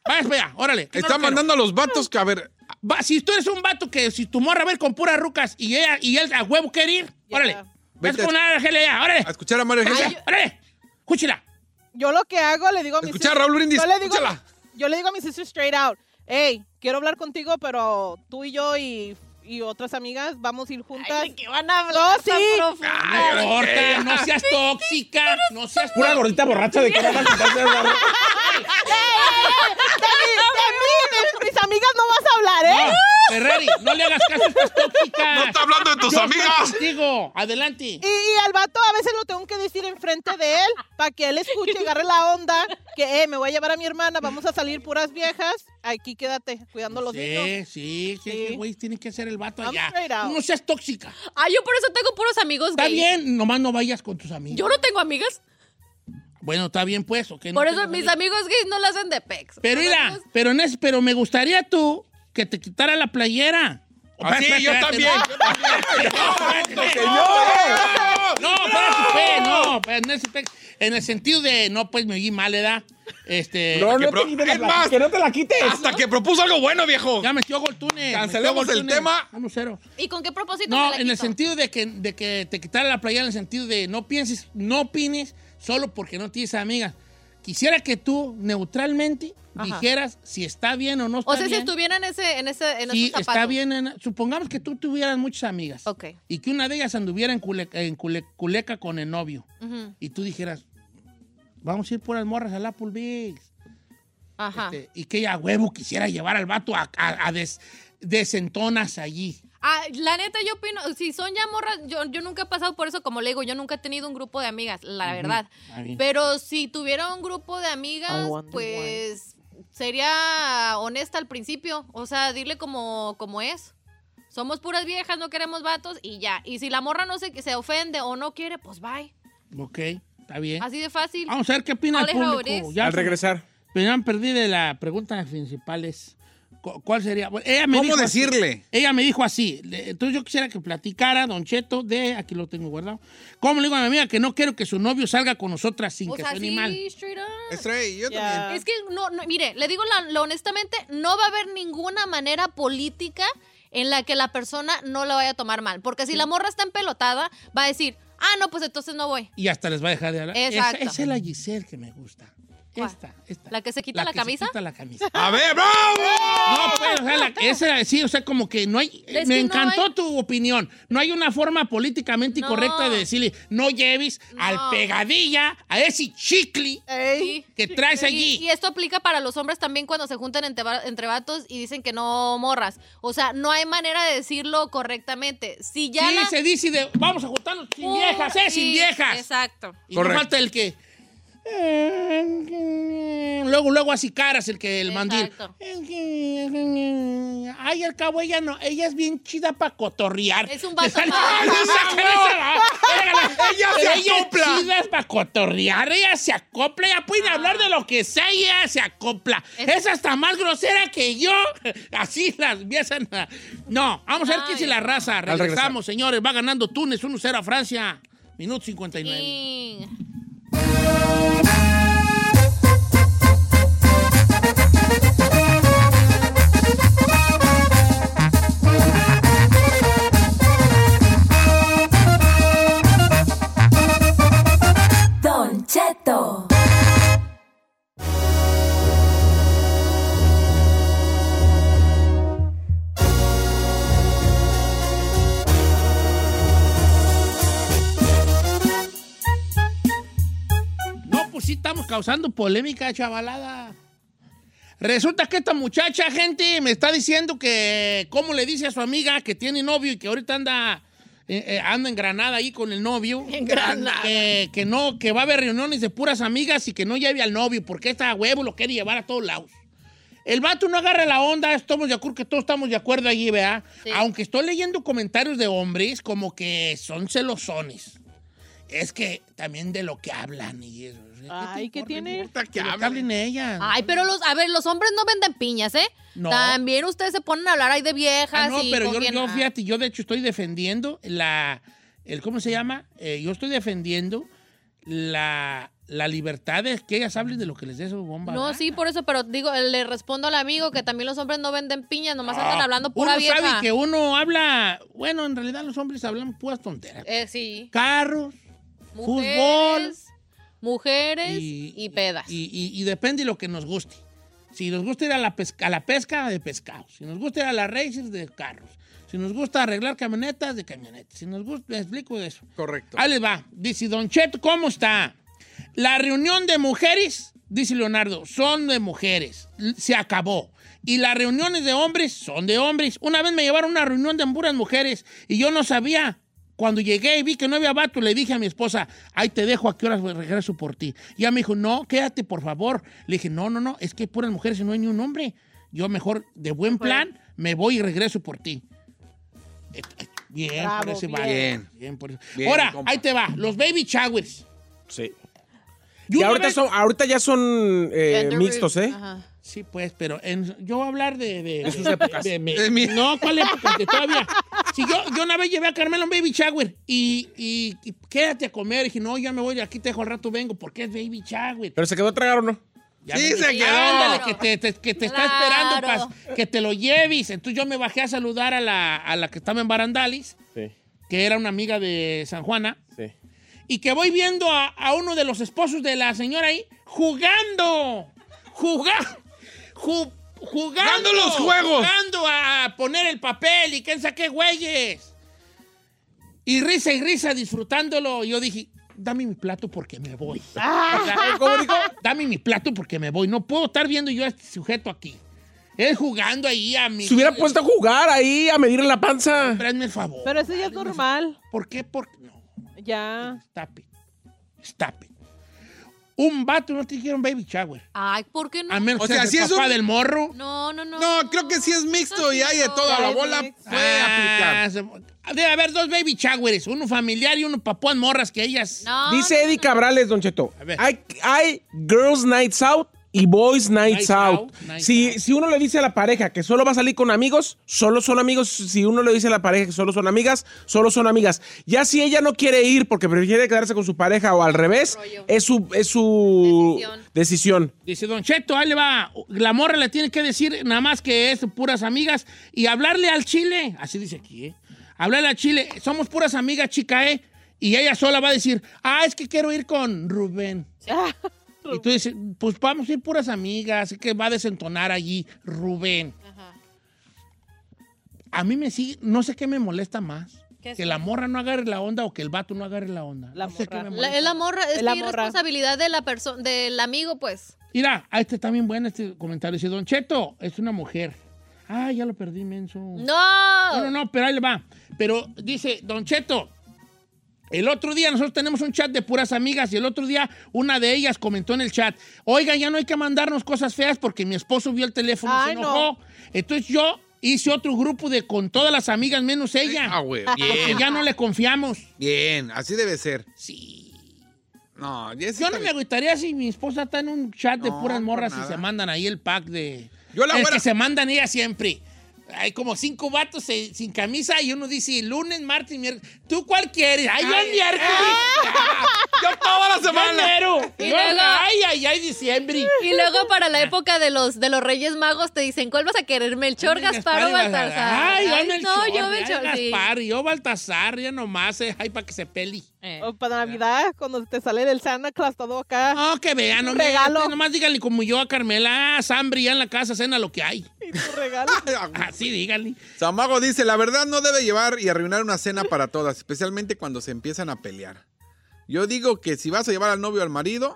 Speaker 1: Vaya, espera, órale. aquí no
Speaker 4: Está
Speaker 1: lo quiero.
Speaker 4: mandando a los vatos que, a ver,
Speaker 1: Va, si tú eres un vato que si tu morra va a ir con puras rucas y ella y él a huevo quiere ir,
Speaker 8: Ya.
Speaker 1: órale. Vas
Speaker 4: Vete.
Speaker 1: con Omar y Argelia ya, órale.
Speaker 4: a escuchar a Mario Jesús.
Speaker 1: Órale, Órale, escúchela.
Speaker 8: Yo lo que hago, le digo a mi
Speaker 4: Escucha a Raúl Brindis,
Speaker 8: Yo le, digo,
Speaker 4: escúchala.
Speaker 8: yo le digo a mi sister straight out, hey, quiero hablar contigo, pero tú y yo y, y y otras amigas vamos a ir juntas.
Speaker 2: Ay, ¿de qué van a hablar
Speaker 8: No, sí.
Speaker 2: tan profundo?
Speaker 1: Ay, Horta, no seas tóxica. No seas
Speaker 5: Pura gordita borracha de que van a quitarse la ropa.
Speaker 8: De, mi- de mí, de mis amigas no vas a hablar, ¿eh?
Speaker 1: Ferrari, no le hagas caso a estas tóxicas.
Speaker 9: ¡No está hablando de tus
Speaker 1: Yo
Speaker 9: amigas!
Speaker 1: estoy contigo. Adelante.
Speaker 8: Y, y al vato a veces lo tengo que decir enfrente de él para que él escuche y agarre la onda que, eh, me voy a llevar a mi hermana, vamos a salir puras viejas, aquí quédate cuidando los niños.
Speaker 1: Sí, sí, sí,
Speaker 8: Sí.
Speaker 1: ese güey, tiene que hacer el vato
Speaker 8: I'm
Speaker 1: allá.
Speaker 8: straight out.
Speaker 1: No seas tóxica.
Speaker 2: Ay, yo por eso tengo puros amigos
Speaker 1: Está
Speaker 2: gays.
Speaker 1: bien, nomás no vayas con tus amigos.
Speaker 2: Yo no tengo amigas.
Speaker 1: Bueno, está bien pues, ¿ok? No
Speaker 2: Por
Speaker 1: tengo
Speaker 2: eso mis
Speaker 1: amigos.
Speaker 2: amigos gays no la hacen de pex.
Speaker 1: Pero
Speaker 2: Mis
Speaker 1: mira,
Speaker 2: amigos-
Speaker 1: pero, en ese- pero me gustaría tú que te quitara la playera.
Speaker 9: Ah, sí,
Speaker 1: Espérate,
Speaker 9: yo
Speaker 1: espérate,
Speaker 9: también.
Speaker 1: no.
Speaker 9: Yo también.
Speaker 1: No, espérate,
Speaker 9: ¡Señor!
Speaker 1: No, espérate, pues, no, pues, en, ese pe- en el sentido de, no, pues me oí mal, ¿verdad? Este,
Speaker 5: No,
Speaker 9: que
Speaker 5: no
Speaker 9: pro-
Speaker 5: te quites la
Speaker 9: es
Speaker 5: playera,
Speaker 9: más,
Speaker 5: que no te la quites.
Speaker 9: Hasta que propuso algo bueno, viejo.
Speaker 1: Ya metió gol Túnez.
Speaker 9: Cancelemos
Speaker 1: metió gol
Speaker 9: el
Speaker 1: Túnez.
Speaker 9: tema.
Speaker 1: 1-0.
Speaker 2: ¿Y con qué propósito me
Speaker 1: No,
Speaker 2: la
Speaker 1: en el
Speaker 2: quito?
Speaker 1: sentido de que, de que te quitara la playera, en el sentido de no pienses, no opines solo porque no tienes amigas. Quisiera que tú neutralmente
Speaker 8: Ajá.
Speaker 1: dijeras si está bien o no está
Speaker 2: O sea, si
Speaker 1: bien.
Speaker 2: estuviera en ese, en ese, en
Speaker 1: si
Speaker 2: esos zapatos.
Speaker 1: está bien. en- supongamos que tú tuvieras muchas amigas
Speaker 2: Ok.
Speaker 1: y que una de ellas anduviera en, cule- en cule- culeca con el novio
Speaker 2: Ujú.
Speaker 1: y tú dijeras, vamos a ir puras morras al Applebee's.
Speaker 2: Ajá.
Speaker 1: Este, y que ella a huevo quisiera llevar al vato a, a- a des- desentonas allí.
Speaker 2: Ah, la neta, yo opino, si son ya morras, yo, yo nunca he pasado por eso, como le digo, yo nunca he tenido un grupo de amigas, la verdad.
Speaker 1: Está bien.
Speaker 2: Pero si tuviera un grupo de amigas,
Speaker 8: I wonder
Speaker 2: pues sería honesta al principio. O sea, dile como, como es. Somos puras viejas, no queremos vatos y ya. Y si la morra no se, se ofende o no quiere, pues bye.
Speaker 1: Ok, está bien.
Speaker 2: Así de fácil.
Speaker 1: Vamos a ver qué opina el
Speaker 2: I'll let her
Speaker 1: público.
Speaker 2: it
Speaker 1: Ya
Speaker 5: Al regresar.
Speaker 1: Pero ya me perdí de la pregunta principal es, ¿cu- ¿cuál sería? Bueno, ella me
Speaker 4: ¿Cómo
Speaker 1: dijo así-
Speaker 4: decirle?
Speaker 1: ella me dijo así, le- entonces yo quisiera que platicara, Don Cheto, de, aquí lo tengo guardado, ¿cómo le digo a mi amiga que no quiero que su novio salga con nosotras sin
Speaker 2: O
Speaker 1: que
Speaker 2: sea,
Speaker 1: sea
Speaker 2: sí,
Speaker 1: animal?
Speaker 2: straight up.
Speaker 9: Estrella, yo
Speaker 8: Ya.
Speaker 9: también.
Speaker 2: Es que no, no, mire, le digo la, lo honestamente, no va a haber ninguna manera política en la que la persona no la vaya a tomar mal. Porque si la morra está empelotada, va a decir, ah, no, pues entonces no voy.
Speaker 1: Y hasta les va a dejar de hablar. Esa,
Speaker 2: Exacto.
Speaker 1: esa es la Giselle que me gusta.
Speaker 2: ¿Cuál?
Speaker 1: Esta, esta.
Speaker 2: ¿La que se quita la
Speaker 1: que
Speaker 2: camisa?
Speaker 1: Se quita la camisa.
Speaker 9: ¡A ver, bravo!
Speaker 1: No, pues, o sea, la- esa, sí, o sea, como que no hay.
Speaker 2: Es
Speaker 1: me
Speaker 2: que no
Speaker 1: encantó
Speaker 2: hay-
Speaker 1: tu opinión. No hay una forma políticamente
Speaker 2: No.
Speaker 1: correcta de decirle, no lleves
Speaker 2: No.
Speaker 1: al pegadilla, a ese chicle
Speaker 8: Ey.
Speaker 1: que traes allí.
Speaker 2: Y, y esto aplica para los hombres también cuando se juntan entre, va- entre vatos y dicen que no morras. O sea, no hay manera de decirlo correctamente. Si ya
Speaker 1: sí,
Speaker 2: la-
Speaker 1: se dice de, vamos a juntarnos sin
Speaker 2: Uh,
Speaker 1: viejas, ¿eh? Sin
Speaker 2: sí,
Speaker 1: viejas.
Speaker 2: Exacto.
Speaker 1: Y no
Speaker 4: Correcto.
Speaker 1: falta el que. Luego, luego así caras el que el
Speaker 2: Exacto.
Speaker 1: mandil. Ay, al cabo ella no, ella es bien chida para cotorrear.
Speaker 2: Es un vato
Speaker 1: Esa-
Speaker 2: malo.
Speaker 1: ¡Ay, esa- esa-
Speaker 9: Ella se
Speaker 1: Pero ella
Speaker 9: acopla.
Speaker 1: es chida para cotorrear, ella se acopla, ella puede hablar de lo que sea, y ella se acopla. Es,
Speaker 2: Ah. Es-
Speaker 1: hasta más grosera que yo. Así las empiezan a- No, vamos a ver qué
Speaker 2: Ay,
Speaker 1: dice la
Speaker 2: no.
Speaker 1: raza.
Speaker 5: regresar.
Speaker 1: Regresamos, señores. Va ganando Túnez 1-0 a Francia. Minuto 59.
Speaker 2: Y-
Speaker 7: Don Cheto.
Speaker 1: No, pues sí estamos causando polémica, chavalada. Resulta que esta muchacha, gente, me está diciendo que, ¿cómo le dice a su amiga que tiene novio y que ahorita anda, eh, eh, anda en Granada ahí con el novio? En Granada. Que, que no, que va a haber reuniones de puras amigas y que no lleve al novio, porque esta huevo lo quiere llevar a todos lados. El vato no agarra la onda, estamos de acuerdo, que todos estamos de acuerdo allí, ¿verdad?
Speaker 2: Sí.
Speaker 1: Aunque estoy leyendo comentarios de hombres como que son celosones. Es que también de lo que hablan y eso. ¿Qué te
Speaker 8: Ay, ¿qué
Speaker 1: importa,
Speaker 8: tiene?
Speaker 1: no?
Speaker 9: Ahorita que
Speaker 1: Que lo que
Speaker 9: hablen.
Speaker 1: hablen ellas.
Speaker 2: Ay, pero los, a ver, los hombres no venden piñas, ¿eh?
Speaker 1: No.
Speaker 2: También ustedes se ponen a hablar ahí de viejas.
Speaker 1: Ah, no,
Speaker 2: y
Speaker 1: pero
Speaker 2: con
Speaker 1: yo,
Speaker 2: quién-
Speaker 1: yo,
Speaker 2: ah.
Speaker 1: fíjate, yo de hecho estoy defendiendo la, el, ¿cómo se llama? Eh, yo estoy defendiendo la, la libertad de que ellas hablen de lo que les dé su bomba.
Speaker 2: No,
Speaker 1: gana.
Speaker 2: sí, por eso, pero digo, le respondo al amigo que también los hombres no venden piñas, nomás andan hablando pura
Speaker 1: Ah, Uno
Speaker 2: vieja.
Speaker 1: sabe que uno habla, bueno, en realidad los hombres hablan puras tonteras.
Speaker 2: Eh, sí.
Speaker 1: Carros,
Speaker 2: Mujeres, mujeres y, pedas.
Speaker 1: Y, y- y depende de lo que nos guste. Si nos gusta ir a la, pesca, a la pesca, de pescados. Si nos gusta ir a las races, de carros. Si nos gusta arreglar camionetas, de camionetas. Si nos gusta, me explico eso.
Speaker 4: Correcto.
Speaker 1: Ahí les va. Dice Don Cheto, ¿cómo está? La reunión de mujeres, dice Leonardo, son de mujeres. L- Se acabó. Y las reuniones de hombres son de hombres. Una vez me llevaron a una reunión de puras mujeres y yo no sabía. Cuando llegué y vi que no había vato, le dije a mi esposa, ahí te dejo, ¿a qué horas regreso por ti? Y ella me dijo, no, quédate, por favor. Le dije, no, no, no, es que hay puras mujeres y no hay ni un hombre. Yo mejor, de buen plan, me voy y regreso por ti. Eh, eh, Bien, por
Speaker 4: Bravo,
Speaker 1: ese
Speaker 4: bien.
Speaker 1: vato.
Speaker 4: Bien.
Speaker 1: Bien por eso.
Speaker 5: Bien,
Speaker 1: Ahora,
Speaker 5: compa.
Speaker 1: ahí te va, los baby showers.
Speaker 5: Sí.
Speaker 1: Yo
Speaker 5: Y
Speaker 1: una
Speaker 5: ahorita,
Speaker 1: vez-
Speaker 5: son, ahorita ya son eh, mixtos, ¿eh?
Speaker 1: Sí, pues, pero en- yo voy a hablar de... De,
Speaker 5: De sus épocas.
Speaker 1: de mi-
Speaker 5: De mi-
Speaker 1: No, ¿cuál época? De todavía. Si yo, yo una vez llevé a Carmela a un baby shower y, y- y quédate a comer. Y dije, no, ya me voy, aquí te dejo al rato, vengo, porque es baby shower.
Speaker 5: Pero se quedó a tragar o no.
Speaker 1: Ya
Speaker 5: Sí,
Speaker 1: me
Speaker 5: se
Speaker 1: dijeron,
Speaker 5: quedó.
Speaker 1: ándale, que te, te- que te está
Speaker 2: Claro.
Speaker 1: esperando para que te lo lleves. Entonces yo me bajé a saludar a la, a la que estaba en Barandalis,
Speaker 5: Sí,
Speaker 1: que era una amiga de San Juana.
Speaker 5: sí.
Speaker 1: y que voy viendo a, a uno de los esposos de la señora ahí jugando. Jugar. jugando
Speaker 4: Dando los juegos.
Speaker 1: Jugando a poner el papel y quién sabe qué güeyes. Y risa y risa disfrutándolo. Yo dije, dame mi plato porque me voy. O sea, ¿Cómo dijo? Dame mi plato porque me voy. No puedo estar viendo yo a este sujeto aquí. Él jugando ahí a mi.
Speaker 5: Se hubiera puesto a jugar ahí, a medir la panza.
Speaker 1: Hazme el favor.
Speaker 8: Pero eso ya es normal.
Speaker 1: ¿Por qué? Porque no.
Speaker 8: Ya.
Speaker 1: Stop it. Stop it. Un vato no te dijeron baby shower.
Speaker 2: Ay, ¿por qué no?
Speaker 1: A menos
Speaker 4: O
Speaker 1: que
Speaker 4: sea,
Speaker 1: seas
Speaker 4: si
Speaker 1: el
Speaker 4: es
Speaker 1: papá
Speaker 4: un-
Speaker 1: del morro.
Speaker 2: No, no, no.
Speaker 4: No, creo que sí es mixto y hay de todo. La bola puede
Speaker 1: Ah,
Speaker 4: aplicar.
Speaker 1: se- Debe haber dos baby showers, uno familiar y uno papá en morras que ellas.
Speaker 2: No,
Speaker 5: Dice Eddie Cabrales, Don Cheto.
Speaker 1: Ah. A ver.
Speaker 5: Hay, hay Girls Nights Out y Boys Nights
Speaker 1: Nights
Speaker 5: Out.
Speaker 1: out, nights
Speaker 5: si,
Speaker 1: out.
Speaker 5: si uno le dice a la pareja que solo va a salir con amigos, solo son amigos. Si uno le dice a la pareja que solo son amigas, solo son amigas. Ya si ella no quiere ir porque prefiere quedarse con su pareja o al revés,
Speaker 2: Rollo.
Speaker 5: es su, es su
Speaker 2: Decisión.
Speaker 5: decisión.
Speaker 1: Dice Don Cheto, ahí le va. La morra le tiene que decir nada más que es puras amigas y hablarle al chile. Así dice aquí, ¿eh? Hablarle al chile. Somos puras amigas, chica, ¿eh? Y ella sola va a decir, ah, es que quiero ir con Rubén.
Speaker 2: Ah,
Speaker 1: Y tú dices, pues vamos a ir puras amigas, así que va a desentonar allí Rubén.
Speaker 2: Ajá.
Speaker 1: A mí me sigue, no sé qué me molesta más.
Speaker 2: ¿Qué es?
Speaker 1: Que la morra no agarre la onda o que el vato no agarre la onda.
Speaker 8: La
Speaker 1: no sé qué
Speaker 8: morra.
Speaker 2: La-
Speaker 1: me molesta.
Speaker 2: es la morra, es
Speaker 8: Es la
Speaker 2: mi
Speaker 8: morra.
Speaker 2: responsabilidad de la persona, del amigo, pues.
Speaker 1: Mira, ah, este está bien bueno este comentario. Dice, Don Cheto, es una mujer. Ah, ya lo perdí, menso.
Speaker 2: No.
Speaker 1: No, no, no, pero ahí le va. Pero dice, Don Cheto, el otro día nosotros tenemos un chat de puras amigas y el otro día una de ellas comentó en el chat, oiga, ya no hay que mandarnos cosas feas porque mi esposo vio el teléfono y se
Speaker 8: Ay, no.
Speaker 1: enojó. Entonces yo hice otro grupo de con todas las amigas menos
Speaker 4: Ah,
Speaker 1: ella.
Speaker 4: güey.
Speaker 1: Porque
Speaker 4: Bien,
Speaker 1: ya no le confiamos.
Speaker 4: bien. Así debe ser.
Speaker 1: Sí.
Speaker 4: No, ya sí está
Speaker 1: Yo no me
Speaker 4: bien.
Speaker 1: agüitaría si mi esposa está en un chat de
Speaker 4: No,
Speaker 1: puras
Speaker 4: por
Speaker 1: morras y
Speaker 4: nada.
Speaker 1: se mandan ahí el pack de.
Speaker 4: Yo la
Speaker 1: el
Speaker 4: fuera-
Speaker 1: que se mandan ellas siempre. Hay como cinco vatos eh, sin camisa y uno dice lunes, martes, miércoles. ¿Tú cuál quieres? ¡Ay, yo el miércoles!
Speaker 4: Yo toda la
Speaker 1: ¡Yo
Speaker 4: semana.
Speaker 1: enero!
Speaker 2: Y
Speaker 1: Yo-
Speaker 2: luego-
Speaker 1: ¡Ay, ay, ay, diciembre!
Speaker 2: Y luego para la época de los, de los Reyes Magos te dicen, ¿cuál vas a querer? Melchor, Gaspar o Baltasar.
Speaker 1: ¡Ay, yo Melchor!
Speaker 2: No, yo
Speaker 1: ay,
Speaker 2: Melchor, sí.
Speaker 1: Gaspar, yo Baltasar, ya nomás, eh, ay, para que se peli.
Speaker 2: Eh.
Speaker 8: O para Navidad, cuando te sale el Santa Claus todo acá.
Speaker 1: No, Ah, que vean, no
Speaker 8: Regalo.
Speaker 1: ustedes Nomás díganle como yo a Carmela, ah, Sambri, ya en la casa cena lo que hay.
Speaker 8: Y tu regalo.
Speaker 1: Así díganle.
Speaker 4: Samago dice, la verdad no debe llevar y arruinar una cena para todas, especialmente cuando se empiezan a pelear. Yo digo que si vas a llevar al novio o al marido,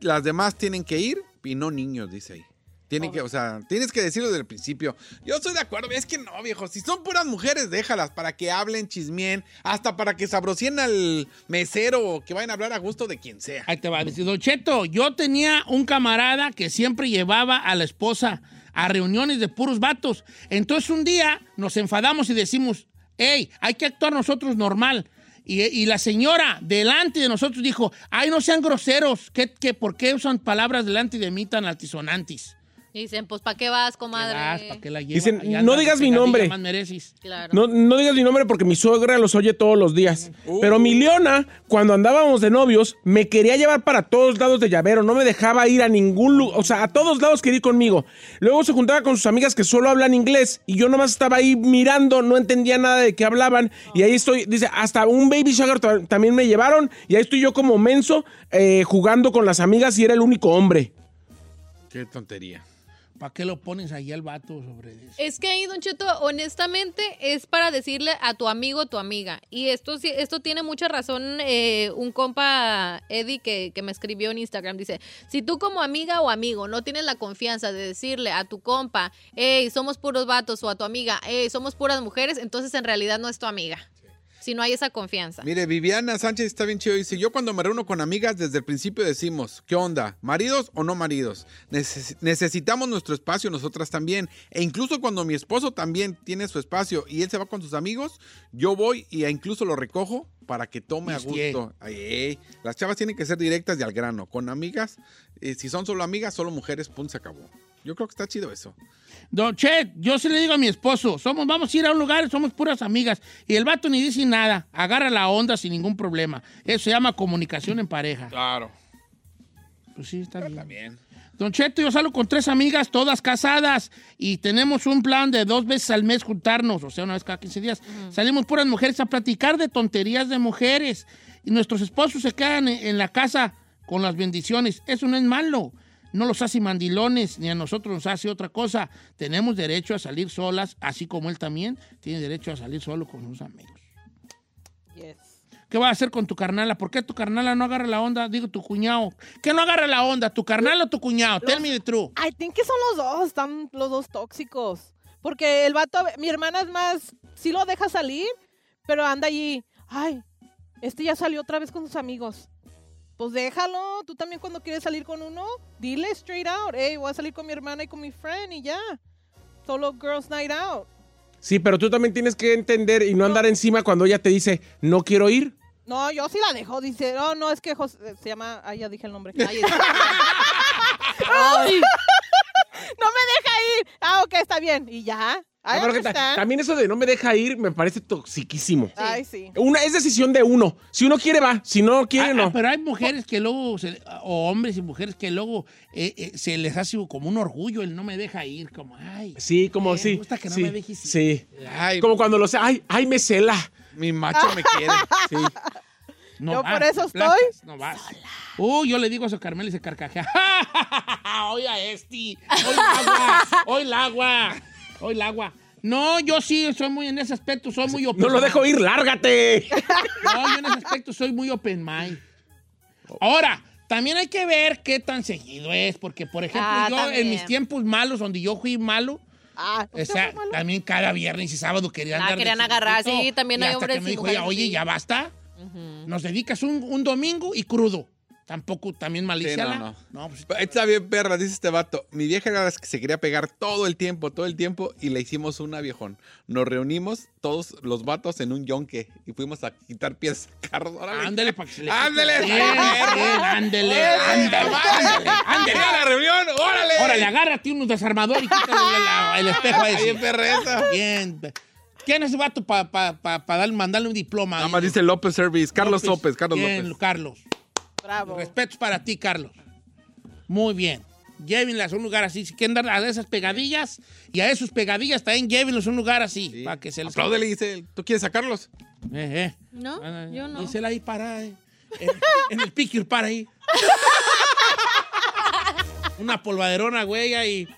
Speaker 4: las demás tienen que ir y no niños, dice ahí. Tienen que, o sea, tienes que decirlo desde el principio. Yo estoy de acuerdo, es que no, viejo. Si son puras mujeres, déjalas para que hablen, chismien, hasta para que sabrosien al mesero o que vayan a hablar a gusto de quien sea.
Speaker 1: Ahí te va a decir, Don Cheto, yo tenía un camarada que siempre llevaba a la esposa a reuniones de puros vatos. Entonces un día nos enfadamos y decimos, hey, hay que actuar nosotros normal. Y, y la señora delante de nosotros dijo, ay, no sean groseros, ¿Qué, qué, por qué usan palabras delante de mí tan altisonantes?
Speaker 2: Y dicen, pues, ¿para qué vas, comadre?
Speaker 1: ¿Para qué la llevas?
Speaker 5: Dicen,
Speaker 1: Ahí
Speaker 5: "No
Speaker 1: andas,
Speaker 5: digas mi
Speaker 1: pegadilla,
Speaker 5: nombre".
Speaker 1: más mereces.
Speaker 2: Claro.
Speaker 5: No, no digas mi nombre porque mi suegra los oye todos los días. Pero mi Leona, cuando andábamos de novios, me quería llevar para todos lados de llavero. No me dejaba ir a ningún lugar. O sea, a todos lados quería ir conmigo. Luego se juntaba con sus amigas que solo hablan inglés. Y yo nomás estaba ahí mirando, no entendía nada de qué hablaban. Y ahí estoy, dice, hasta un baby shower ta- también me llevaron. Y ahí estoy yo como menso eh, jugando con las amigas y era el único hombre.
Speaker 4: Qué tontería.
Speaker 1: ¿Para qué lo pones ahí al vato sobre eso?
Speaker 2: Es que ahí, Don Cheto, honestamente es para decirle a tu amigo o tu amiga. Y esto, sí- esto tiene mucha razón eh, un compa, Eddie, que, que me escribió en Instagram. Dice, si tú como amiga o amigo no tienes la confianza de decirle a tu compa, hey, somos puros vatos, o a tu amiga, hey, somos puras mujeres, entonces en realidad no es tu amiga. Si no hay esa confianza.
Speaker 4: Mire, Viviana Sánchez está bien chido. Dice, yo cuando me reúno con amigas, desde el principio decimos, ¿qué onda? ¿Maridos o no maridos? Neces- necesitamos nuestro espacio, nosotras también. E incluso cuando mi esposo también tiene su espacio y él se va con sus amigos, yo voy y e incluso lo recojo para que tome a
Speaker 1: Bien.
Speaker 4: gusto. Ay, ey. Las chavas tienen que ser directas y al grano. Con amigas, eh, si son solo amigas, solo mujeres, punto, se acabó. Yo creo que está chido eso.
Speaker 1: Don Che, yo sí le digo a mi esposo, somos, vamos a ir a un lugar, somos puras amigas. Y el vato ni dice nada, agarra la onda sin ningún problema. Eso se llama comunicación en pareja.
Speaker 4: Claro.
Speaker 1: Pues sí, está bien.
Speaker 4: Bien.
Speaker 1: Don Cheto, yo salgo con tres amigas, todas casadas, y tenemos un plan de dos veces al mes juntarnos, o sea, una vez cada 15 días. Salimos puras mujeres a platicar de tonterías de mujeres, y nuestros esposos se quedan en, en la casa con las bendiciones. Eso no es malo. No los hace mandilones, ni a nosotros nos hace otra cosa. Tenemos derecho a salir solas, así como él también tiene derecho a salir solo con sus amigos.
Speaker 8: Yes.
Speaker 1: ¿Qué vas a hacer con tu carnala? ¿Por qué tu carnala no agarra la onda? Digo, tu cuñado. ¿Qué no agarra la onda? ¿Tu carnal o tu cuñado? Tell me the truth.
Speaker 8: I think que son los dos, están los dos tóxicos. Porque el vato, mi hermana es más, sí lo deja salir, pero anda allí. Ay, este ya salió otra vez con sus amigos. Pues déjalo, tú también cuando quieres salir con uno, dile straight out, hey, voy a salir con mi hermana y con mi friend y ya. Solo girls night out.
Speaker 5: Sí, pero tú también tienes que entender y no andar encima cuando ella te dice, no quiero ir.
Speaker 8: No, yo sí la dejo, dice, no, no, es que José, se llama, ay, ya dije el nombre.
Speaker 2: Ay, es-
Speaker 8: No me deja ir. Ah, ok, está bien. Y ya. I
Speaker 2: Ah,
Speaker 5: Yo
Speaker 2: pues
Speaker 5: creo que ta-
Speaker 8: understand.
Speaker 5: también eso de no me deja ir me parece toxiquísimo.
Speaker 2: Ah,
Speaker 8: Ay, sí.
Speaker 5: Una, es decisión de uno. Si uno quiere, va. Si no quiere,
Speaker 1: Ah,
Speaker 5: no.
Speaker 1: ah, pero hay mujeres que luego, se- o hombres y mujeres que luego eh, eh, se les hace como un orgullo el no me deja ir, como, ay.
Speaker 5: Sí, como
Speaker 1: Me
Speaker 5: sí.
Speaker 1: gusta que no
Speaker 5: sí,
Speaker 1: me dejes ir.
Speaker 5: Sí.
Speaker 4: Ay,
Speaker 5: Como cuando lo sé, ay, ay, me cela.
Speaker 4: mi macho me quiere.
Speaker 5: Sí.
Speaker 8: Yo
Speaker 1: vas,
Speaker 8: por eso
Speaker 1: te aplastas, No vas. Uy, yo le digo eso a Carmela y se carcajea. Hoy a este. Hoy el agua. Hoy el agua. Hoy el agua. No, yo sí soy muy en ese aspecto, soy muy open
Speaker 5: No lo dejo ir, lárgate.
Speaker 1: No, yo en ese aspecto soy muy open mind. Ahora, también hay que ver qué tan seguido es, porque por ejemplo,
Speaker 2: Ah,
Speaker 1: yo en
Speaker 2: también.
Speaker 1: mis tiempos malos, donde yo fui malo,
Speaker 8: Ah,
Speaker 1: o sea, también cada viernes y sábado querían
Speaker 2: Ah,
Speaker 1: andar de
Speaker 2: querían agarrar,
Speaker 1: chistosito,
Speaker 2: sí, también
Speaker 1: y
Speaker 2: hay
Speaker 1: hasta
Speaker 2: hombres
Speaker 1: que me
Speaker 2: y
Speaker 1: dijo,
Speaker 2: mujeres
Speaker 1: ella, oye,
Speaker 2: así".
Speaker 1: ya basta. Nos dedicas un, un domingo y crudo. Tampoco, también malicia.
Speaker 4: no,
Speaker 1: pues,
Speaker 4: Está bien, perra, dice este vato. Mi vieja era la que se quería pegar todo el tiempo, todo el tiempo, y le hicimos una viejón. Nos reunimos todos los vatos en un yonque y fuimos a quitar piezas de carros. Órale.
Speaker 1: ándale para que se le quite.
Speaker 4: Ándale,
Speaker 1: Bien, bien, ándele,
Speaker 4: Órale,
Speaker 1: ándale, ándale, ándale.
Speaker 4: Mira la reunión, órale.
Speaker 1: Órale, agárrate un desarmador y quítale la- la- el espejo
Speaker 4: Está bien,
Speaker 1: ese.
Speaker 4: perreza.
Speaker 1: Bien. ¿Quién es ese vato para mandarle un diploma?
Speaker 4: Nada más dice López Service, Carlos López, Carlos
Speaker 1: Bien,
Speaker 4: López.
Speaker 1: Carlos.
Speaker 8: bravo.
Speaker 1: Respetos para ti, Carlos. Muy bien. Llévenlas a un lugar así. Si quieren dar a esas pegadillas y a esos pegadillas también llévenlos a un lugar así.
Speaker 4: Sí.
Speaker 1: Para que se les.
Speaker 4: Apláudele, dice, ¿tú quieres sacarlos?
Speaker 1: Eh, eh.
Speaker 2: No,
Speaker 1: Ah,
Speaker 2: yo no.
Speaker 1: dísela ahí para. eh. En, en el picker para ahí. una polvaderona, güey, y.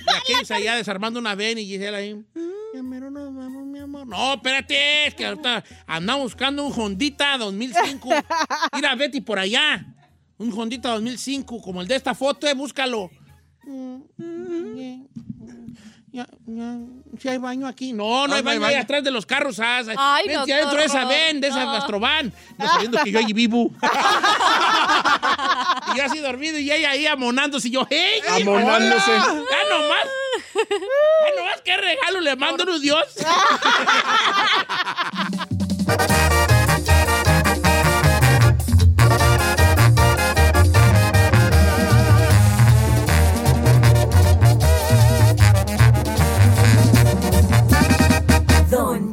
Speaker 1: Y aquellos allá desarmando una ven y Gisela ahí. Ya mero nos vamos, mi amor. No, espérate, es que ahorita andamos buscando un Hondita 2005. Mira, Betty, por allá. Un Hondita 2005, como el de esta foto, eh, búscalo. Ya, ya, si hay baño aquí.
Speaker 5: Ah,
Speaker 1: Ah, No, no, hay baño, ahí atrás de los carros. ah,
Speaker 2: Ay,
Speaker 1: vente
Speaker 2: doctor,
Speaker 1: adentro de esa ven, de esa
Speaker 2: no.
Speaker 1: gastrovan. No sabiendo que yo allí vivo. y yo así dormido y ella ahí amonándose. Y yo, ¡hey!
Speaker 5: Amonándose.
Speaker 1: ¡Ya nomás! ¡Ya nomás! ¡Qué regalo le mando a Dios!
Speaker 10: Don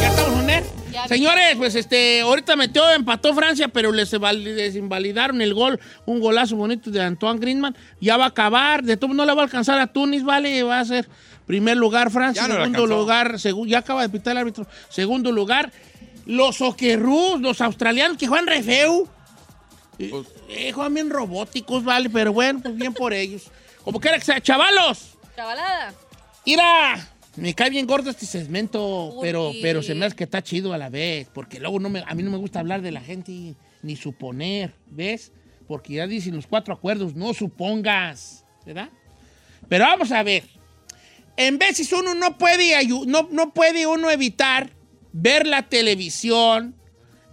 Speaker 1: Ya estamos on air. Señores, pues este, ahorita metió, empató Francia, pero les, eval- les invalidaron el gol, un golazo bonito de Antoine Griezmann. Ya va a acabar, de todo no le va a alcanzar a Tunis, vale, va a ser primer lugar Francia,
Speaker 4: Ya no le
Speaker 1: segundo
Speaker 4: alcanzó.
Speaker 1: lugar, segu- ya acaba de pitar el árbitro, segundo lugar los Oquerrús, los australianos que juegan re feo. Eh, eh, juegan bien robóticos, vale, pero bueno, pues bien por ellos. Como quiera que sea, chavalos.
Speaker 2: Chavalada.
Speaker 1: ¡Ira! Me cae bien gordo este segmento,
Speaker 2: ¿Por
Speaker 1: pero,
Speaker 2: qué?
Speaker 1: pero se me hace que está chido a la vez, porque luego no me, a mí no me gusta hablar de la gente y- ni suponer, ¿ves? Porque ya dicen los cuatro acuerdos, no supongas, ¿verdad? Pero vamos a ver. En veces uno no puede, ayu- no, no puede uno evitar ver la televisión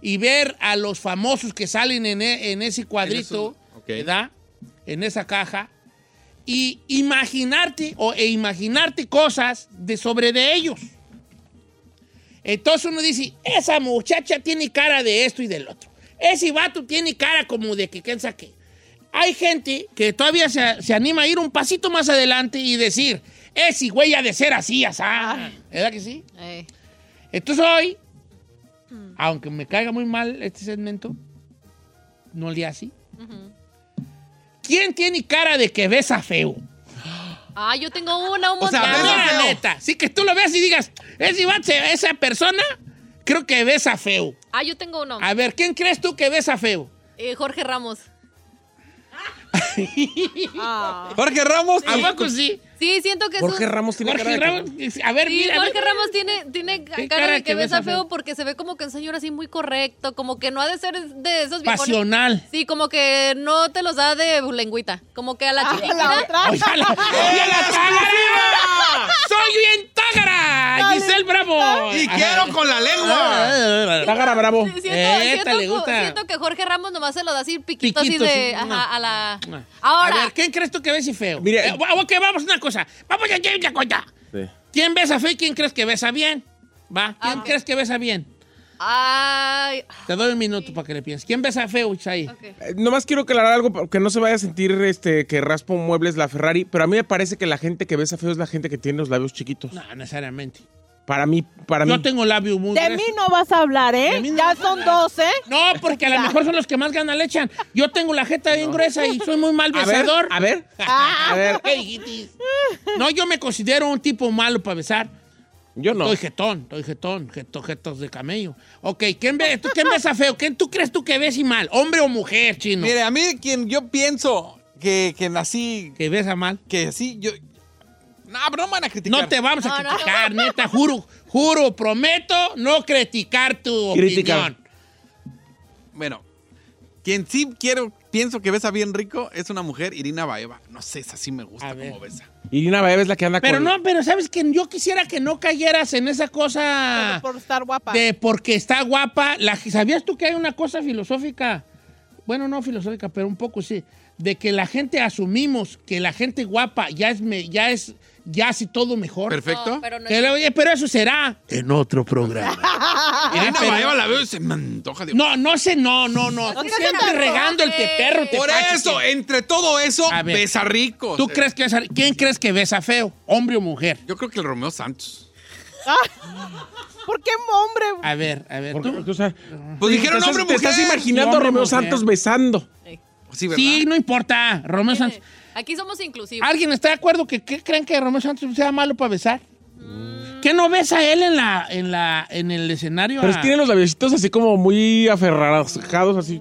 Speaker 1: y ver a los famosos que salen en, e- en ese cuadrito, ¿verdad? En esa caja y imaginarte o, e imaginarte cosas de sobre de ellos. Entonces uno dice, esa muchacha tiene cara de esto y del otro. Ese vato tiene cara como de que quién sabe qué. Hay gente que todavía se, se anima a ir un pasito más adelante y decir, ese güey ha de ser así,
Speaker 2: Ah.
Speaker 1: asá. ¿Verdad que sí?
Speaker 2: Eh.
Speaker 1: Entonces hoy, aunque me caiga muy mal este segmento, no le así. ¿Quién tiene cara de que besa feo?
Speaker 2: Ah, yo tengo una, un
Speaker 1: O sea,
Speaker 2: montón.
Speaker 1: besa feo. neta. Sí, que tú lo veas y digas, ese vato se- esa persona creo que besa feo.
Speaker 2: Ah, yo tengo uno.
Speaker 1: A ver, ¿quién crees tú que besa feo?
Speaker 2: Eh, Jorge Ramos. Ah.
Speaker 1: Jorge Ramos. ¿A poco sí?
Speaker 2: Sí, siento que es un-
Speaker 1: Jorge Ramos, A
Speaker 2: Sí,
Speaker 1: ver, mira. a
Speaker 2: Jorge
Speaker 1: ver.
Speaker 2: Ramos tiene, tiene cara, de que, besa feo, porque se ve como que un señor así muy correcto, como que no ha de ser de esos viejones.
Speaker 1: Pasional.
Speaker 2: Sí, como que no te los da de lengüita. Como que a la chiquita.
Speaker 1: Oye, a la, oye, a la tágara. ¡Soy bien tágara! ¡Giselle Bravo!
Speaker 4: Y quiero con la
Speaker 5: Ah,
Speaker 4: lengua.
Speaker 5: Tágara Bravo.
Speaker 2: Siento, siento co- siento que Jorge Ramos nomás se lo da así piquito,
Speaker 1: Piquito,
Speaker 2: así de.
Speaker 1: sí,
Speaker 2: ajá,
Speaker 1: no.
Speaker 2: a la.
Speaker 1: A
Speaker 2: Ahora.
Speaker 1: ver, ¿quién crees tú que besa feo?
Speaker 5: Mire-
Speaker 1: Eh, ok, vamos a una cosa. Vamos a llevar una cosa. ¿Quién besa feo y quién crees que besa bien? Va, ¿quién
Speaker 2: Ah.
Speaker 1: crees que besa bien?
Speaker 2: Ay.
Speaker 1: Te doy un minuto para que le pienses. ¿Quién besa feo, Chay?
Speaker 5: Eh, Nomás quiero aclarar algo porque no se vaya a sentir este, que raspo muebles la Ferrari, pero a mí me parece que la gente que besa feo es la gente que tiene los labios chiquitos.
Speaker 1: No, necesariamente.
Speaker 5: Para mí, para
Speaker 1: Yo
Speaker 5: mí.
Speaker 1: tengo labios muy
Speaker 8: De mí no vas a hablar, ¿eh? ya son dos, ¿eh?
Speaker 1: No, porque a lo mejor son los que más ganan le echan. Yo tengo la jeta bien gruesa y soy muy mal
Speaker 5: A ver,
Speaker 1: besador. Ah,
Speaker 5: a ver.
Speaker 8: Ah.
Speaker 5: a ver.
Speaker 1: ¿Qué dijiste? No, yo me considero un tipo malo para besar.
Speaker 5: Yo no.
Speaker 1: Estoy jetón, estoy jetón, jeto- jetos de camello. Ok, ¿quién, ve, tú, ¿quién besa feo? ¿Quién tú crees tú que ves y mal? ¿Hombre o mujer, chino?
Speaker 4: Mire, a mí quien yo pienso que, que nací...
Speaker 1: Que besa mal.
Speaker 4: Que sí, yo... No, pero no me van a criticar.
Speaker 1: No te vamos a criticar, neta, juro, juro, prometo no criticar tu
Speaker 4: Criticar.
Speaker 1: opinión.
Speaker 4: Bueno, quien sí quiero, pienso que besa bien rico es una mujer, Irina Baeva. No sé, esa sí me gusta cómo besa.
Speaker 5: Irina Baeva es la que anda
Speaker 1: Pero
Speaker 5: con...
Speaker 1: no, pero sabes que yo quisiera que no cayeras en esa cosa
Speaker 8: Por estar guapa.
Speaker 1: de porque está guapa. La, ¿Sabías tú que hay una cosa filosófica? Bueno, no filosófica, pero un poco sí. De que la gente asumimos que la gente guapa ya es, me- ya es, ya así todo mejor.
Speaker 4: Perfecto. No,
Speaker 2: pero no
Speaker 1: Que le- oye, pero eso será. En otro programa.
Speaker 4: Irina
Speaker 1: pero-
Speaker 4: Baeva Ah, la veo y se me antoja. digo,
Speaker 1: No, no sé, no, no, no.
Speaker 2: No
Speaker 1: Tú
Speaker 2: te
Speaker 1: siempre
Speaker 2: hagas
Speaker 1: regando el
Speaker 2: roque.
Speaker 1: peperro. te
Speaker 4: Por
Speaker 1: paches,
Speaker 4: eso,
Speaker 1: que-
Speaker 4: entre todo eso,
Speaker 1: A ver.
Speaker 4: besa rico.
Speaker 1: ¿Tú
Speaker 4: Eh,
Speaker 1: crees que besa- quién crees que besa feo? ¿Hombre o mujer?
Speaker 4: Yo creo que el Romeo Santos.
Speaker 8: Ah. ¿Por qué hombre?
Speaker 1: A ver, a ver.
Speaker 5: Porque,
Speaker 1: tú-
Speaker 5: o sea,
Speaker 4: Pues dijeron
Speaker 5: te
Speaker 4: hombre
Speaker 5: estás- Te
Speaker 4: mujer. Pues
Speaker 5: estás imaginando
Speaker 1: Sí,
Speaker 5: a
Speaker 1: hombre,
Speaker 5: Romeo
Speaker 1: mujer.
Speaker 5: Santos besando.
Speaker 4: Sí, ¿verdad?
Speaker 1: Sí, no importa. Romeo Santos.
Speaker 2: Aquí somos inclusivos.
Speaker 1: ¿Alguien está de acuerdo que, que creen que Romeo Santos sea malo para besar? ¿Qué no besa él en la, en la, en el escenario?
Speaker 5: Pero
Speaker 1: a-
Speaker 5: tiene los labiositos así como muy aferrados, así.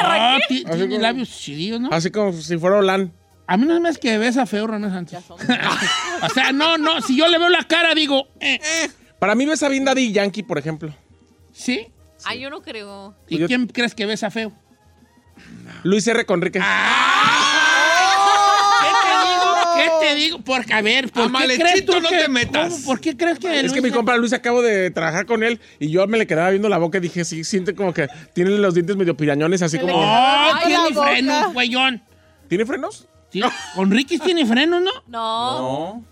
Speaker 1: Ah, ti- tiene labios chidillos, ¿no?
Speaker 5: Así como si fuera Olan.
Speaker 1: A mí no me hace que besa feo Romeo Santos. o sea, no, no, si yo le veo la cara, digo, eh, eh.
Speaker 5: Para mí besa bien Daddy Yankee, por ejemplo. Pues
Speaker 1: ¿Sí?
Speaker 2: Ay, yo no creo.
Speaker 1: ¿Y quién crees que besa feo? Ah,
Speaker 5: Luis R. Conríquez.
Speaker 1: ¿Qué te digo? ¿Qué te digo? Porque, a ver, ¿por
Speaker 5: A
Speaker 1: qué
Speaker 5: Malechito
Speaker 1: crees tú
Speaker 5: no
Speaker 1: que-
Speaker 5: te metas.
Speaker 1: ¿Cómo? ¿Por qué crees que
Speaker 5: Es que
Speaker 1: Luis-
Speaker 5: mi compa Luis acabo de trabajar con él y yo me le quedaba viendo la boca y dije, sí, siente como que tiene los dientes medio pirañones, así como.
Speaker 1: No,
Speaker 2: Ay, la
Speaker 1: tiene
Speaker 2: boca.
Speaker 1: frenos, güeyón.
Speaker 5: ¿Tiene frenos?
Speaker 1: Sí, Conríquez tiene frenos, ¿no?
Speaker 2: No,
Speaker 5: No.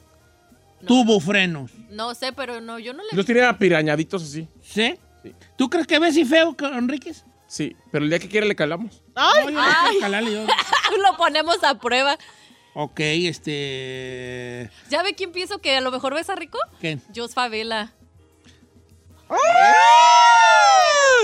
Speaker 1: Tuvo frenos.
Speaker 2: no sé, pero no, yo no le
Speaker 5: Los tiene apirañaditos así.
Speaker 1: ¿Sí? ¿Tú crees que ves y feo, Conríquez?
Speaker 5: Sí, pero el día que quiera le calamos.
Speaker 8: Ay,
Speaker 1: No, yo no
Speaker 2: Ay.
Speaker 1: quiero calarle, yo-
Speaker 2: lo ponemos a prueba.
Speaker 1: Ok, este...
Speaker 2: ¿Ya ve quién pienso que a lo mejor besa rico?
Speaker 1: ¿Quién?
Speaker 2: Jos Favela.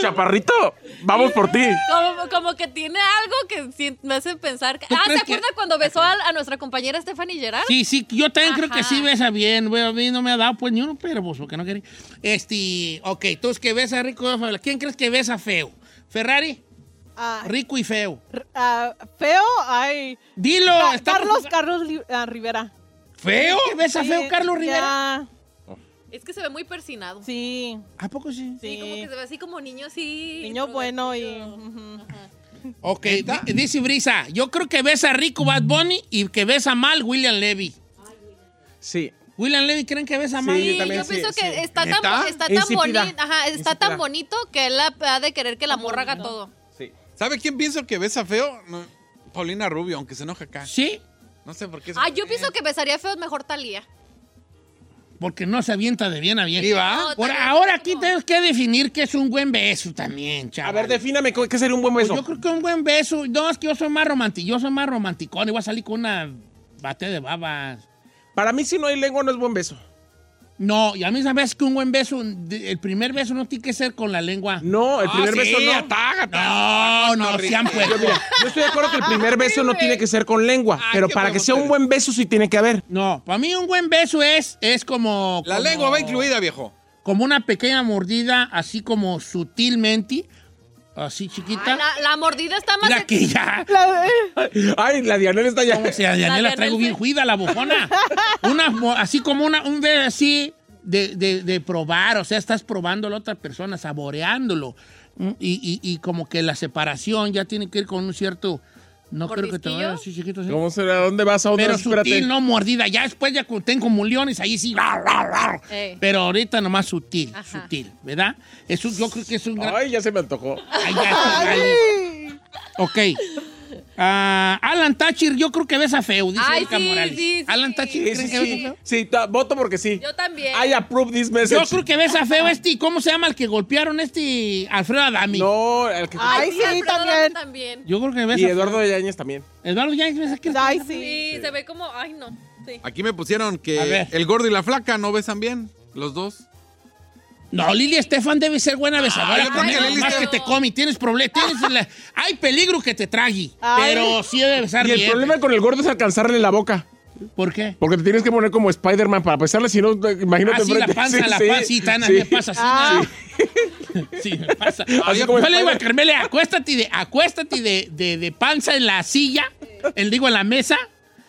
Speaker 5: Chaparrito, vamos por ti.
Speaker 2: Como, como que tiene algo que sí me hace pensar. que-
Speaker 1: ¿Tú
Speaker 2: Ah, ¿se
Speaker 1: crees que-
Speaker 2: acuerda cuando besó al- a, nuestra compañera Stephanie
Speaker 8: Ah.
Speaker 2: Gerard?
Speaker 1: Sí, sí, yo también creo que
Speaker 2: Ajá.
Speaker 1: sí besa bien, güey. A mí no me ha dado pues ni uno, pero pues porque no quería. Este, ok, entonces que besa rico, Fabiola. ¿quién crees que besa feo? Ferrari,
Speaker 8: Ah,
Speaker 1: rico y feo.
Speaker 8: r- ah, feo, ay.
Speaker 1: Dilo,
Speaker 8: Ca-
Speaker 1: está
Speaker 8: Carlos, Carlos Li- ah, Rivera.
Speaker 1: feo. ¿Qué besa
Speaker 8: Sí,
Speaker 1: feo Carlos Rivera?
Speaker 8: ya,
Speaker 2: Es que se ve muy persinado. Sí,
Speaker 8: Sí,
Speaker 1: ¿A poco sí?
Speaker 8: sí.
Speaker 2: como que se ve así como niño así.
Speaker 8: Niño bueno y. ujú.
Speaker 1: Ah, Ok, di- dice Brisa, yo creo que besa rico Bad Bunny y que besa mal William Levy.
Speaker 5: Sí.
Speaker 1: William Levy, ¿creen que besa mal?
Speaker 2: Sí,
Speaker 5: yo también
Speaker 2: yo
Speaker 5: sí,
Speaker 2: pienso
Speaker 5: sí.
Speaker 2: que está tan,
Speaker 4: ¿Neta?
Speaker 2: está tan
Speaker 5: Insípida.
Speaker 2: bonito, ajá, está
Speaker 5: Insípida.
Speaker 2: tan bonito que él ha- ha de querer que la morra haga todo.
Speaker 4: ¿Sabe quién pienso que besa feo? No, Paulina Rubio, aunque se enoja acá.
Speaker 1: Sí,
Speaker 4: No sé por qué. se-
Speaker 2: Ah, yo
Speaker 5: eh.
Speaker 2: pienso que besaría feo mejor Talía.
Speaker 1: porque no se avienta de bien a bien.
Speaker 4: Sí, va.
Speaker 2: No,
Speaker 1: Por
Speaker 2: Thalía
Speaker 1: ahora
Speaker 2: no.
Speaker 1: aquí tenemos que definir qué es un buen beso también,
Speaker 5: A
Speaker 1: chaval.
Speaker 5: ver, defíname co- qué sería un buen beso.
Speaker 1: Pues yo creo que un buen beso. No, es que yo soy más romántico. Yo soy más romanticón. Y voy a salir con una bate de babas.
Speaker 5: Para mí, si no hay lengua, no es buen beso.
Speaker 1: No, y a mí sabes que un buen beso, de- el primer beso no tiene que ser con la lengua.
Speaker 5: No, el
Speaker 4: Ah,
Speaker 5: primer
Speaker 4: sí,
Speaker 5: beso no.
Speaker 4: atágate.
Speaker 1: No, no,
Speaker 4: Ricky.
Speaker 1: sean pues.
Speaker 5: Yo, mira, yo estoy de acuerdo que el primer beso no tiene que ser con lengua,
Speaker 4: Ay,
Speaker 5: pero
Speaker 4: qué
Speaker 5: para que
Speaker 4: huevos
Speaker 5: sea un
Speaker 4: eres.
Speaker 5: buen beso sí tiene que haber.
Speaker 1: No, para mí un buen beso es, es como...
Speaker 4: La
Speaker 1: como-
Speaker 4: lengua va incluida, viejo.
Speaker 1: Como una pequeña mordida, así como sutilmente, así chiquita.
Speaker 2: Ay, la, la mordida está más.
Speaker 1: Mira que ya...
Speaker 8: La-
Speaker 5: Ay, la Dianela está ya.
Speaker 1: O sea, Daniela
Speaker 2: La
Speaker 1: la traigo bien
Speaker 2: Dianela.
Speaker 1: juida, la bufona. Una, mo- así como una, un beso así de, de- de probar, o sea, estás probando a la otra persona, saboreándolo. Mm, Y, y- y como que la separación ya tiene que ir con un cierto... No creo que te vaya así chiquito. así.
Speaker 5: ¿Cómo será? ¿Dónde vas a
Speaker 1: Pero
Speaker 5: otro?
Speaker 1: sutil, no mordida. Ya después ya cu- tengo muliones, ahí sí. ra, ra, ra.
Speaker 2: Ey.
Speaker 1: Pero ahorita nomás sutil,
Speaker 2: Ajá.
Speaker 1: sutil, ¿verdad? Es un- yo creo que es un gran...
Speaker 5: Ay, ya se me antojó.
Speaker 1: Ay, ya, chingale. Ok. Ah, Alan Thatcher, yo creo que besa feo, dice
Speaker 2: Ay,
Speaker 1: Erika
Speaker 2: sí,
Speaker 1: Morales.
Speaker 2: sí, sí.
Speaker 1: Alan Thatcher,
Speaker 5: Sí,
Speaker 1: ¿creen
Speaker 5: sí,
Speaker 1: que besa
Speaker 5: sí.
Speaker 1: feo?
Speaker 5: Sí, ta- voto porque sí.
Speaker 2: Yo también.
Speaker 5: I approve this message.
Speaker 1: Yo creo que besa feo este. ¿y ¿Cómo se llama el que golpearon este Alfredo Adami?
Speaker 5: No, el que...
Speaker 8: Ay, sí,
Speaker 2: Alfredo
Speaker 8: también.
Speaker 2: también.
Speaker 1: Yo creo que besa
Speaker 5: y
Speaker 1: feo.
Speaker 5: Eduardo Yañez también.
Speaker 1: Eduardo Yáñez besa que
Speaker 8: Ay,
Speaker 2: Sí,
Speaker 8: sí.
Speaker 2: se ve como. Ay, no. Sí.
Speaker 4: Aquí me pusieron
Speaker 1: A
Speaker 4: que
Speaker 1: ver.
Speaker 4: el gordo y la flaca no besan bien, los dos.
Speaker 1: No, Lili Estefan debe ser buena besadora.
Speaker 4: Ah, yo creo
Speaker 1: con
Speaker 4: que
Speaker 1: él,
Speaker 4: Lili
Speaker 1: más que
Speaker 4: Estefan- Ah.
Speaker 1: te come, tienes problemas. Tienes la- Hay peligro que te trague,
Speaker 8: Ay.
Speaker 1: pero sí debe besar
Speaker 5: Y el
Speaker 1: bien.
Speaker 5: problema con el gordo es alcanzarle la boca.
Speaker 1: ¿Por qué?
Speaker 5: Porque te tienes que poner como Spider-Man para pesarle, si no, imagínate.
Speaker 1: Así la
Speaker 5: enfrente.
Speaker 1: panza, la panza, sí, tan, a mí me pasa así. nada. Sí, me pasa.
Speaker 5: Ah. Así
Speaker 1: Yo
Speaker 5: como
Speaker 1: le digo a
Speaker 5: Spider-Man.
Speaker 1: Carmela, acuéstate, de, acuéstate de, de- de panza en la silla, el digo en la mesa,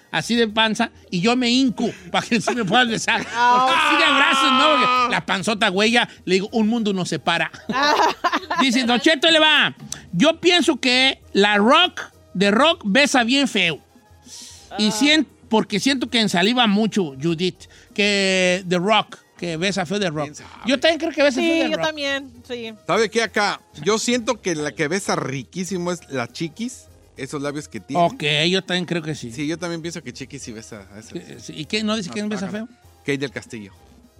Speaker 1: así de panza, y yo me hinco para que sí me puedas besar.
Speaker 8: Ah.
Speaker 1: Así de abrazos, ¿no? Porque la panzota huella, le digo, un mundo nos separa. Dice, Don Cheto le va. Yo pienso que la rock de rock besa bien feo.
Speaker 8: Ah.
Speaker 1: Y siento, porque siento que ensaliva mucho, Judith, que The Rock, que besa feo de Rock. Yo también creo que besa feo
Speaker 8: Sí,
Speaker 1: de
Speaker 8: yo
Speaker 1: Rock.
Speaker 8: también, sí.
Speaker 4: ¿Sabe qué acá? Yo siento que la que besa riquísimo es la chiquis, esos labios que tiene.
Speaker 1: Ok, yo también creo que sí.
Speaker 4: Sí, yo también pienso que chiquis sí besa. a esa-
Speaker 1: Eh, sí, ¿Y qué? ¿No dice quién besa feo?
Speaker 4: Kate del Castillo.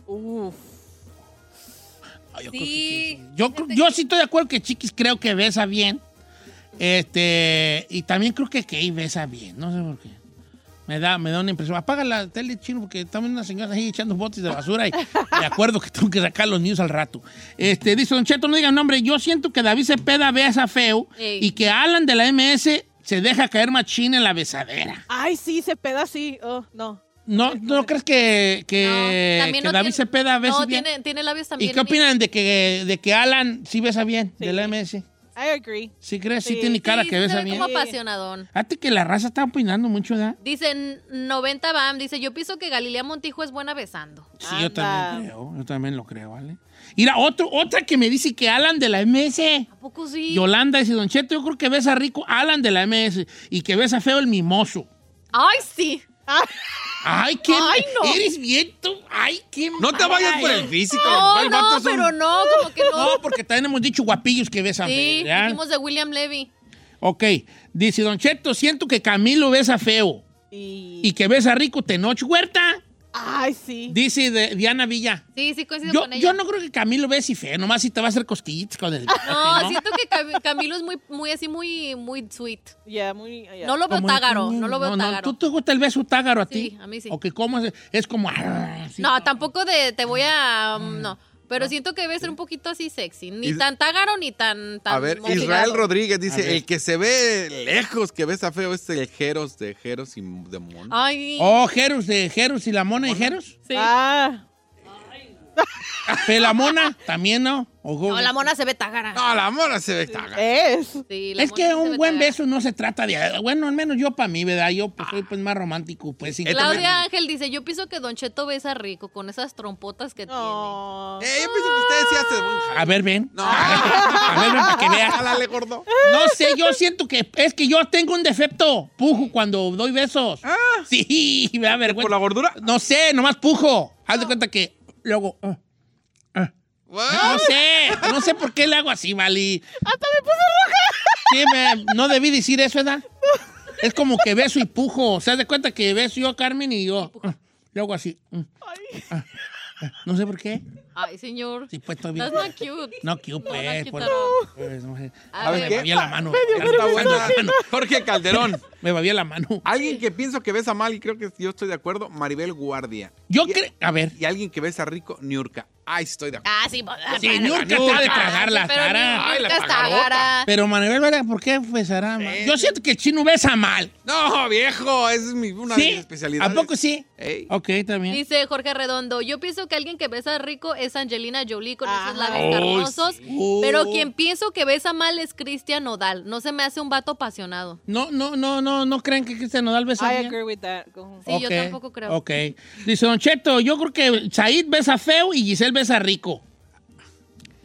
Speaker 8: Uf.
Speaker 1: Ah, yo, creo que
Speaker 2: Sí.
Speaker 1: sí. yo, creo- yo sí estoy de acuerdo que Chiquis creo que besa bien. Este, y también creo que Key besa bien, no sé por qué. Me da, me da una impresión. Apaga la tele chino porque también una señora ahí echando botes de basura y de acuerdo que tengo que sacar los niños al rato. Este, dice Don Cheto, no digan nombre, yo siento que David Cepeda besa feo
Speaker 2: Ey.
Speaker 1: y que Alan de la MS se deja caer machín en la besadera.
Speaker 8: Ay, sí, se peda así. Oh, no.
Speaker 1: ¿No, no crees que, que,
Speaker 2: No, también
Speaker 1: que
Speaker 2: no
Speaker 1: David
Speaker 2: tiene-
Speaker 1: Cepeda besa
Speaker 2: No,
Speaker 1: bien?
Speaker 2: tiene, tiene labios también.
Speaker 1: ¿Y qué opinan de que, de que Alan sí besa bien, del MS?
Speaker 8: I agree.
Speaker 1: Sí, crees, Pues sí, tiene cara que ves
Speaker 2: Se
Speaker 1: a
Speaker 2: ve
Speaker 1: mí.
Speaker 2: como apasionadón.
Speaker 1: Fíjate que la raza está opinando mucho, ¿verdad?
Speaker 2: Dicen 90 BAM, dice, yo pienso que Galilea Montijo es buena besando.
Speaker 1: Sí, yo también creo. Yo también lo creo, ¿vale? Mira, otro, otra que me dice que Alan de la MS.
Speaker 2: ¿A poco Pues sí?
Speaker 1: Yolanda dice, Don Cheto, yo creo que ves a rico Alan de la MS y que ves a feo el mimoso.
Speaker 2: ¡Ay, sí!
Speaker 1: Ay, qué...
Speaker 2: Ay, no.
Speaker 1: Eres bien tú. Ay, qué
Speaker 4: No te vayas por el físico,
Speaker 2: No,
Speaker 4: el vato
Speaker 2: no,
Speaker 4: es un-
Speaker 2: pero no, como que no.
Speaker 1: No, porque también hemos dicho guapillos que ves a
Speaker 2: sí,
Speaker 1: feo. ¿verdad?
Speaker 2: dijimos de William Levy.
Speaker 1: Ok, dice Don Cheto, siento que Camilo ves a feo
Speaker 8: Y...
Speaker 1: y que ves a rico Tenoch Huerta.
Speaker 8: Ay, sí.
Speaker 1: Dice de- Diana Villa.
Speaker 2: Sí, sí coincido
Speaker 1: Yo,
Speaker 2: con ella.
Speaker 1: yo no creo que Camilo ves y feo, nomás si te va a hacer cosquillitas con el...
Speaker 2: No,
Speaker 1: bigote, ¿no?
Speaker 2: siento que Cam- Camilo es muy, muy así, muy, muy sweet.
Speaker 8: Ya, muy. ya.
Speaker 2: No lo veo
Speaker 1: Como-
Speaker 2: tágaro, no lo veo tágaro.
Speaker 1: ¿Tú te gusta el beso tágaro a ti?
Speaker 2: Sí, a mí sí.
Speaker 1: O que cómo es, es como... ah, sí.
Speaker 2: no, tampoco de te voy a... um, no, pero siento que debe ser un poquito así sexy. Ni
Speaker 4: Is-
Speaker 2: tan tágaro ni tan... tan
Speaker 4: a ver,
Speaker 2: motivado.
Speaker 4: Israel Rodríguez
Speaker 1: A
Speaker 4: dice,
Speaker 1: ver.
Speaker 4: el que se ve lejos, que ves a feo, es el Jeros de Jeros y de Mono.
Speaker 2: Ay,
Speaker 1: Oh, Jerus de Jerus y la mona y Jerus.
Speaker 2: sí.
Speaker 8: Ah,
Speaker 1: Pero la mona también no. O go-
Speaker 2: No, la mona se ve tágara.
Speaker 4: No, la mona se ve taga.
Speaker 8: es.
Speaker 2: Sí, la
Speaker 1: es
Speaker 2: mona
Speaker 1: que
Speaker 2: sí se
Speaker 1: un
Speaker 2: ve
Speaker 1: buen
Speaker 2: tágara.
Speaker 1: beso no se trata de... Bueno, al menos yo para mí, ¿verdad? Yo pues, soy pues, más romántico. Pues, sin-
Speaker 2: Claudia Ángel dice, yo pienso que Don Cheto besa rico con esas trompotas que
Speaker 8: No.
Speaker 4: Eh, yo pensé que usted decía hace buen jale.
Speaker 1: A ver, ven.
Speaker 4: No.
Speaker 1: A ver, ven para que veas.
Speaker 4: Jálale, gordo.
Speaker 1: No sé, yo siento que es que yo tengo un defecto. Pujo cuando doy besos. Sí, me da vergüenza.
Speaker 4: ¿Por la gordura?
Speaker 1: No sé, nomás pujo. Haz de cuenta que luego. ah, ah. No sé, no sé por qué le hago así, Vali. Hasta me puse roja. Sí, me- no debí decir eso, ¿verdad? Es como que beso y pujo. ¿Se das de cuenta que beso yo a Carmen y yo? ah, Le hago así. mm, ah, ah. No sé por qué.
Speaker 2: tiene. Ay, señor.
Speaker 1: Sí, pues estoy bien.
Speaker 2: That's not cute.
Speaker 1: No, que pues.
Speaker 2: no,
Speaker 1: pues,
Speaker 2: quítalo.
Speaker 1: pues, no sé.
Speaker 2: A
Speaker 1: Ah,
Speaker 2: ver.
Speaker 1: Me babía la mano. Ya
Speaker 4: Está
Speaker 1: está
Speaker 4: bueno.
Speaker 1: buena la mano.
Speaker 4: Jorge Calderón.
Speaker 1: Me babía la mano.
Speaker 4: Alguien que pienso que besa mal, y creo que yo estoy de acuerdo, Maribel Guardia.
Speaker 1: Yo
Speaker 4: Y-
Speaker 1: creo. A ver.
Speaker 4: Y alguien que besa rico, Niurka. Ay, estoy de acuerdo.
Speaker 2: Ah, sí. ah,
Speaker 1: Sí,
Speaker 2: para-
Speaker 1: nunca te ha de tragar la
Speaker 2: Sí, pero
Speaker 1: cara.
Speaker 4: Ay, la
Speaker 2: Nunca está
Speaker 4: tagarota.
Speaker 2: gara.
Speaker 1: Pero Manuel Vera, ¿por qué besará mal? Yo siento que el chino besa mal.
Speaker 4: No, Ah, viejo, esa es mi, una de mis
Speaker 1: ¿Sí?
Speaker 4: especialidades.
Speaker 1: ¿A poco sí?
Speaker 4: Ey.
Speaker 1: Ok, también.
Speaker 2: Dice Jorge Redondo, yo pienso que alguien que besa rico es Angelina Jolie con
Speaker 8: Ah.
Speaker 2: esos labios
Speaker 4: Oh,
Speaker 2: carnosos,
Speaker 1: sí.
Speaker 2: pero quien pienso que besa mal es Cristian Nodal. No se me hace un vato apasionado.
Speaker 1: No, no, no, no, no creen que Cristian Nodal besa
Speaker 8: I
Speaker 1: bien?
Speaker 8: agree with that. Go.
Speaker 2: Sí, yo
Speaker 1: Ok,
Speaker 2: tampoco creo.
Speaker 1: Ok. Dice Don Cheto, yo creo que Said besa feo y Giselle besa rico.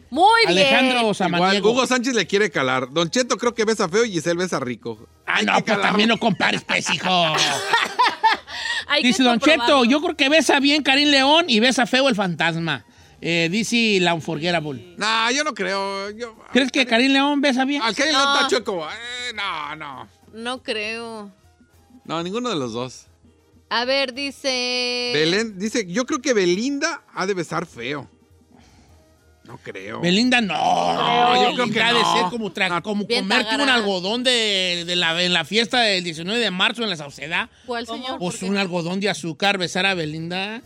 Speaker 2: Muy bien.
Speaker 1: Alejandro
Speaker 4: Igual,
Speaker 1: Samaniego.
Speaker 4: Hugo Sánchez le quiere calar. Don Cheto creo que besa feo y Giselle besa rico.
Speaker 1: Ah,
Speaker 4: Hay
Speaker 1: no,
Speaker 4: que
Speaker 1: pues
Speaker 4: calar.
Speaker 1: también no compares, pues, hijo.
Speaker 2: Hay que
Speaker 1: Dice Don Cheto,
Speaker 2: comprobarlo.
Speaker 1: yo creo que besa bien Karim León y besa feo el fantasma. Eh, dice la Unforgettable.
Speaker 4: Nah, yo no creo. Yo,
Speaker 1: ¿Crees que Karim León besa bien?
Speaker 4: Al que no.
Speaker 2: No.
Speaker 4: está chueco. Eh, no, no.
Speaker 2: No creo.
Speaker 4: No, ninguno de los dos.
Speaker 2: A ver, dice...
Speaker 4: Belén dice, yo creo que Belinda ha de besar feo. No creo.
Speaker 1: Belinda no. yo creo que ha de
Speaker 4: no.
Speaker 1: ser como, tra- como
Speaker 2: Bien
Speaker 1: comerte un
Speaker 2: tagara.
Speaker 1: algodón de, de la, en la fiesta del 19 de marzo en la Sauceda.
Speaker 2: ¿Cuál señor?
Speaker 1: Pues
Speaker 2: ¿Por qué?
Speaker 1: un algodón de azúcar, besar a Belinda.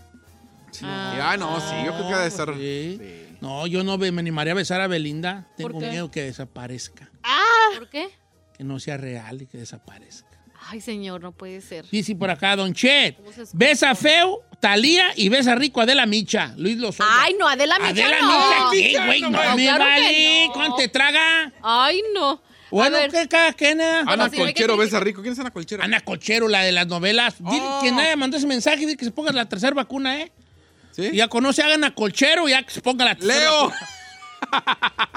Speaker 4: Sí. Ah, no, sí, yo creo que ha de ser.
Speaker 1: Sí.
Speaker 4: sí.
Speaker 1: No, yo no be- me animaría a besar a Belinda. Tengo
Speaker 2: ¿Por qué?
Speaker 1: miedo que desaparezca.
Speaker 2: ¿Por qué?
Speaker 1: Que no sea real y que desaparezca.
Speaker 2: Ay, señor, no puede ser.
Speaker 1: Dice por acá, Don Chet.
Speaker 2: ¿Cómo se escucha?
Speaker 1: Besa feo, Talía y besa rico Adela Micha. Luis Lozoya.
Speaker 2: Ay, no, Adela Micha
Speaker 1: Adela
Speaker 2: no.
Speaker 1: Micha, ¿qué, güey? No,
Speaker 2: no,
Speaker 1: me
Speaker 2: claro que
Speaker 1: vale.
Speaker 2: no.
Speaker 1: ¿Cuánto te traga?
Speaker 2: Ay, no.
Speaker 1: Bueno,
Speaker 2: a ver,
Speaker 1: ¿qué cada quien, eh?
Speaker 2: Bueno,
Speaker 4: Ana
Speaker 2: sí, hay que
Speaker 4: Colchero besa
Speaker 2: criticar.
Speaker 4: rico. ¿Quién es Ana Colchero?
Speaker 1: Ana Cochero, la de las novelas. Dile
Speaker 4: Oh.
Speaker 1: que nadie mandó ese mensaje, dile que se ponga la tercera vacuna, ¿eh?
Speaker 4: ¿Sí?
Speaker 1: Y Ya conoce a Ana Colchero, ya que se ponga la tercera
Speaker 4: Leo.
Speaker 1: vacuna.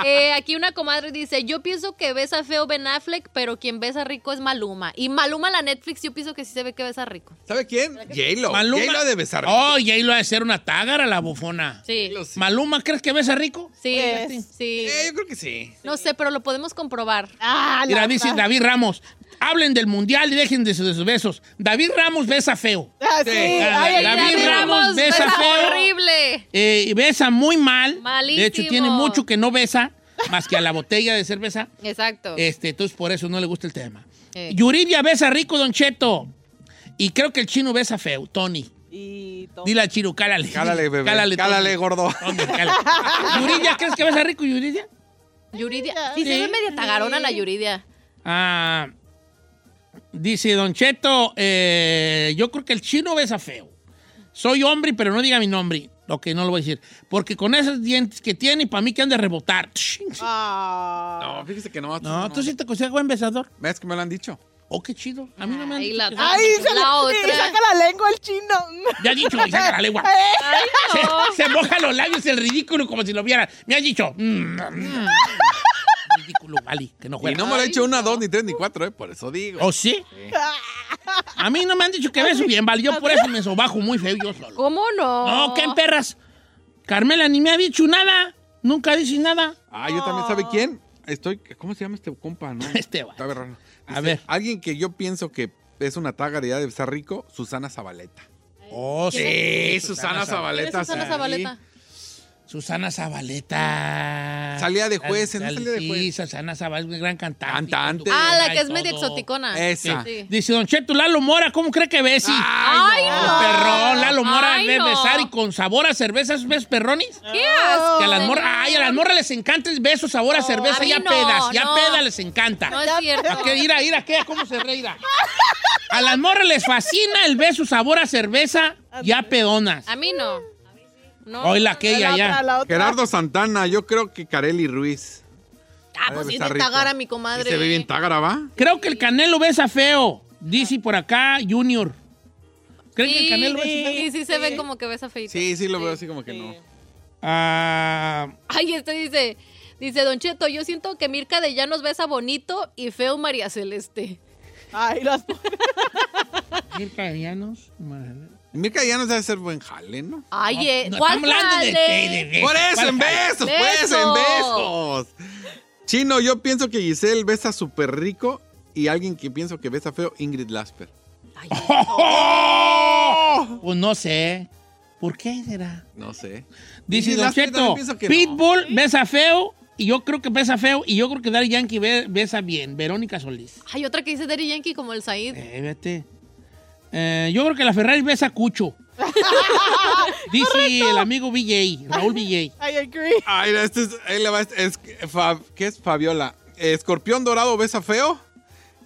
Speaker 2: eh, aquí una comadre dice, yo pienso que besa feo Ben Affleck, pero quien besa rico es Maluma. Y Maluma, la Netflix, yo pienso que sí se ve que besa rico.
Speaker 4: ¿Sabe quién? J-Lo.
Speaker 1: Maluma.
Speaker 4: J-Lo ha de besar rico.
Speaker 1: Oh, y ahí lo ha de ser una tágara la bofona.
Speaker 2: Sí.
Speaker 4: Lo sé.
Speaker 1: Maluma, ¿crees que besa rico?
Speaker 2: Sí,
Speaker 8: Pues,
Speaker 2: sí.
Speaker 4: Eh, yo creo que sí.
Speaker 2: No sé, pero lo podemos comprobar.
Speaker 8: Ah,
Speaker 1: Mira,
Speaker 8: la
Speaker 1: dice
Speaker 8: verdad.
Speaker 1: David Ramos, hablen del mundial y dejen de sus besos. David Ramos besa feo.
Speaker 8: Ah, sí.
Speaker 4: Sí.
Speaker 8: Ay, ay,
Speaker 1: David
Speaker 8: ay,
Speaker 1: Ramos besa feo.
Speaker 2: horrible.
Speaker 1: Eh, y besa muy mal.
Speaker 2: Malísimo.
Speaker 1: De hecho, tiene mucho que no besa, más que a la botella de cerveza.
Speaker 2: Exacto.
Speaker 1: Este, entonces por eso no le gusta el tema.
Speaker 2: Eh.
Speaker 1: Yuridia besa rico, Don Cheto. Y creo que el chino besa feo, Tony.
Speaker 8: Y todo.
Speaker 1: Dile al chino, cálale.
Speaker 4: Cálale, bebé. Cálale,
Speaker 1: Tony.
Speaker 4: gordo.
Speaker 1: Tony, cálale. Yuridia, ¿crees que besa rico, Yuridia?
Speaker 2: Yuridia. Sí, se
Speaker 1: Sí.
Speaker 2: ve media tagarona la Yuridia.
Speaker 1: Ah, dice Don Cheto, eh, yo creo que el chino besa feo. Soy hombre, pero no diga mi nombre. Ok, no lo voy a decir. Porque con esos dientes que tiene, para mí que han de rebotar.
Speaker 4: No, fíjese que no.
Speaker 1: No, tú sí te consideras buen besador.
Speaker 4: ¿Ves que me lo han dicho?
Speaker 1: Oh, qué chido. A mí no me han
Speaker 2: Ay,
Speaker 1: dicho
Speaker 2: la-
Speaker 1: que-
Speaker 8: Ay, se le- y saca la lengua el chino.
Speaker 1: Me ha dicho, y saca la lengua.
Speaker 8: Ay, no.
Speaker 1: Se, se moja los labios el ridículo como si lo viera. Me ha dicho. mm, mm. ridículo, vale, que no
Speaker 4: Y
Speaker 1: juega.
Speaker 4: no me lo he hecho una, dos, ni tres, ni cuatro, ¿eh? Por eso digo.
Speaker 1: ¿O sí? A mí no me han dicho que beso bien, vale. Yo por eso me sobajo muy feo yo solo.
Speaker 2: ¿Cómo no?
Speaker 1: No, ¿qué en perras? Carmela ni me ha dicho nada. Nunca dice nada.
Speaker 4: Ah, yo también, ¿sabe quién? Estoy, ¿cómo se llama este compa? No,
Speaker 1: Este va.
Speaker 4: Está bien raro.
Speaker 1: A
Speaker 4: Dice,
Speaker 1: ver.
Speaker 4: Alguien que yo pienso que es una taga de ya de estar rico, Susana Zabaleta.
Speaker 1: Oh,
Speaker 4: Sí, Eh, Susana
Speaker 2: ¿Quién es
Speaker 4: Zabaleta.
Speaker 2: Susana
Speaker 4: sí.
Speaker 2: Zabaleta?
Speaker 1: Susana Zabaleta.
Speaker 4: Salía de juez, ¿no?
Speaker 1: Sal-
Speaker 4: Salía de
Speaker 1: Sí,
Speaker 4: juez.
Speaker 1: Susana Zabaleta, gran cantante.
Speaker 4: Cantante.
Speaker 2: Ah, la que es
Speaker 1: Ay,
Speaker 2: media
Speaker 1: todo.
Speaker 2: exoticona.
Speaker 4: Esa.
Speaker 2: Sí.
Speaker 1: Dice Don Cheto, Lalo Mora, ¿cómo cree que besi?
Speaker 2: Ay, no.
Speaker 1: Perrón, Lalo Mora,
Speaker 2: Ay,
Speaker 1: ves
Speaker 2: no.
Speaker 1: besar y con sabor a cerveza, ¿ves perronis?
Speaker 2: ¡Qué asco!
Speaker 1: Que a las morras,
Speaker 2: señor.
Speaker 1: ay, a las morras les encanta el beso, sabor a cerveza,
Speaker 2: A mí
Speaker 1: ya
Speaker 2: no,
Speaker 1: pedas, ya
Speaker 2: no.
Speaker 1: pedas les encanta.
Speaker 2: No es cierto.
Speaker 1: ¿A qué ir a ir a qué? ¿Cómo se reirá? A las morras les fascina el beso, sabor a cerveza, ya pedonas.
Speaker 2: A mí no. No.
Speaker 1: Hoy la que
Speaker 8: La
Speaker 1: ya,
Speaker 8: otra,
Speaker 1: ya.
Speaker 8: la otra.
Speaker 4: Gerardo Santana, yo creo que Carely Ruiz.
Speaker 2: Ah, pues sí,
Speaker 4: Está
Speaker 2: de
Speaker 4: rico.
Speaker 2: tagar a mi comadre.
Speaker 4: Sí Se ve bien tágara, ¿va?
Speaker 1: Creo que el Canelo besa feo, dice por acá Junior. ¿Creen que el
Speaker 2: Sí,
Speaker 1: Canelo besa feo?
Speaker 2: sí, sí se ve como que besa feito.
Speaker 4: Sí, sí, lo veo así como que no.
Speaker 1: Ah,
Speaker 2: Ay, este dice, dice Don Cheto, yo siento que Mirka de Llanos besa bonito y feo María Celeste.
Speaker 8: Ay, las
Speaker 1: Mirka de Llanos, madre.
Speaker 4: Mirka ya nos debe hacer buen jale, ¿no?
Speaker 2: Ay,
Speaker 1: No,
Speaker 2: eh,
Speaker 1: no,
Speaker 2: ¿cuál
Speaker 1: estamos hablando de,
Speaker 2: jale?
Speaker 1: de- de besos.
Speaker 4: Por eso,
Speaker 1: ¿Cuál
Speaker 4: en
Speaker 1: jale?
Speaker 4: besos, pues,
Speaker 2: ¡Beso!
Speaker 4: en besos. Chino, yo pienso que Giselle besa súper rico y alguien que pienso que besa feo, Ingrid Lasper. ¡Oh!
Speaker 1: Pues no sé. ¿Por qué será?
Speaker 4: No sé.
Speaker 1: Dice
Speaker 4: Y
Speaker 1: Don
Speaker 4: las que
Speaker 1: Cheto,
Speaker 4: también pienso que no.
Speaker 1: Pitbull besa feo y yo creo que besa feo y yo creo que Daddy Yankee be- besa bien. Verónica Solís.
Speaker 2: Hay otra que dice Daddy Yankee como el Said.
Speaker 1: Eh, vete. Eh, yo creo que la Ferrari besa cucho. Dice el amigo BJ, Raúl BJ.
Speaker 8: I agree.
Speaker 4: Ay, este es, ahí le va, este es- Fa- ¿Qué es Fabiola? Escorpión dorado besa feo.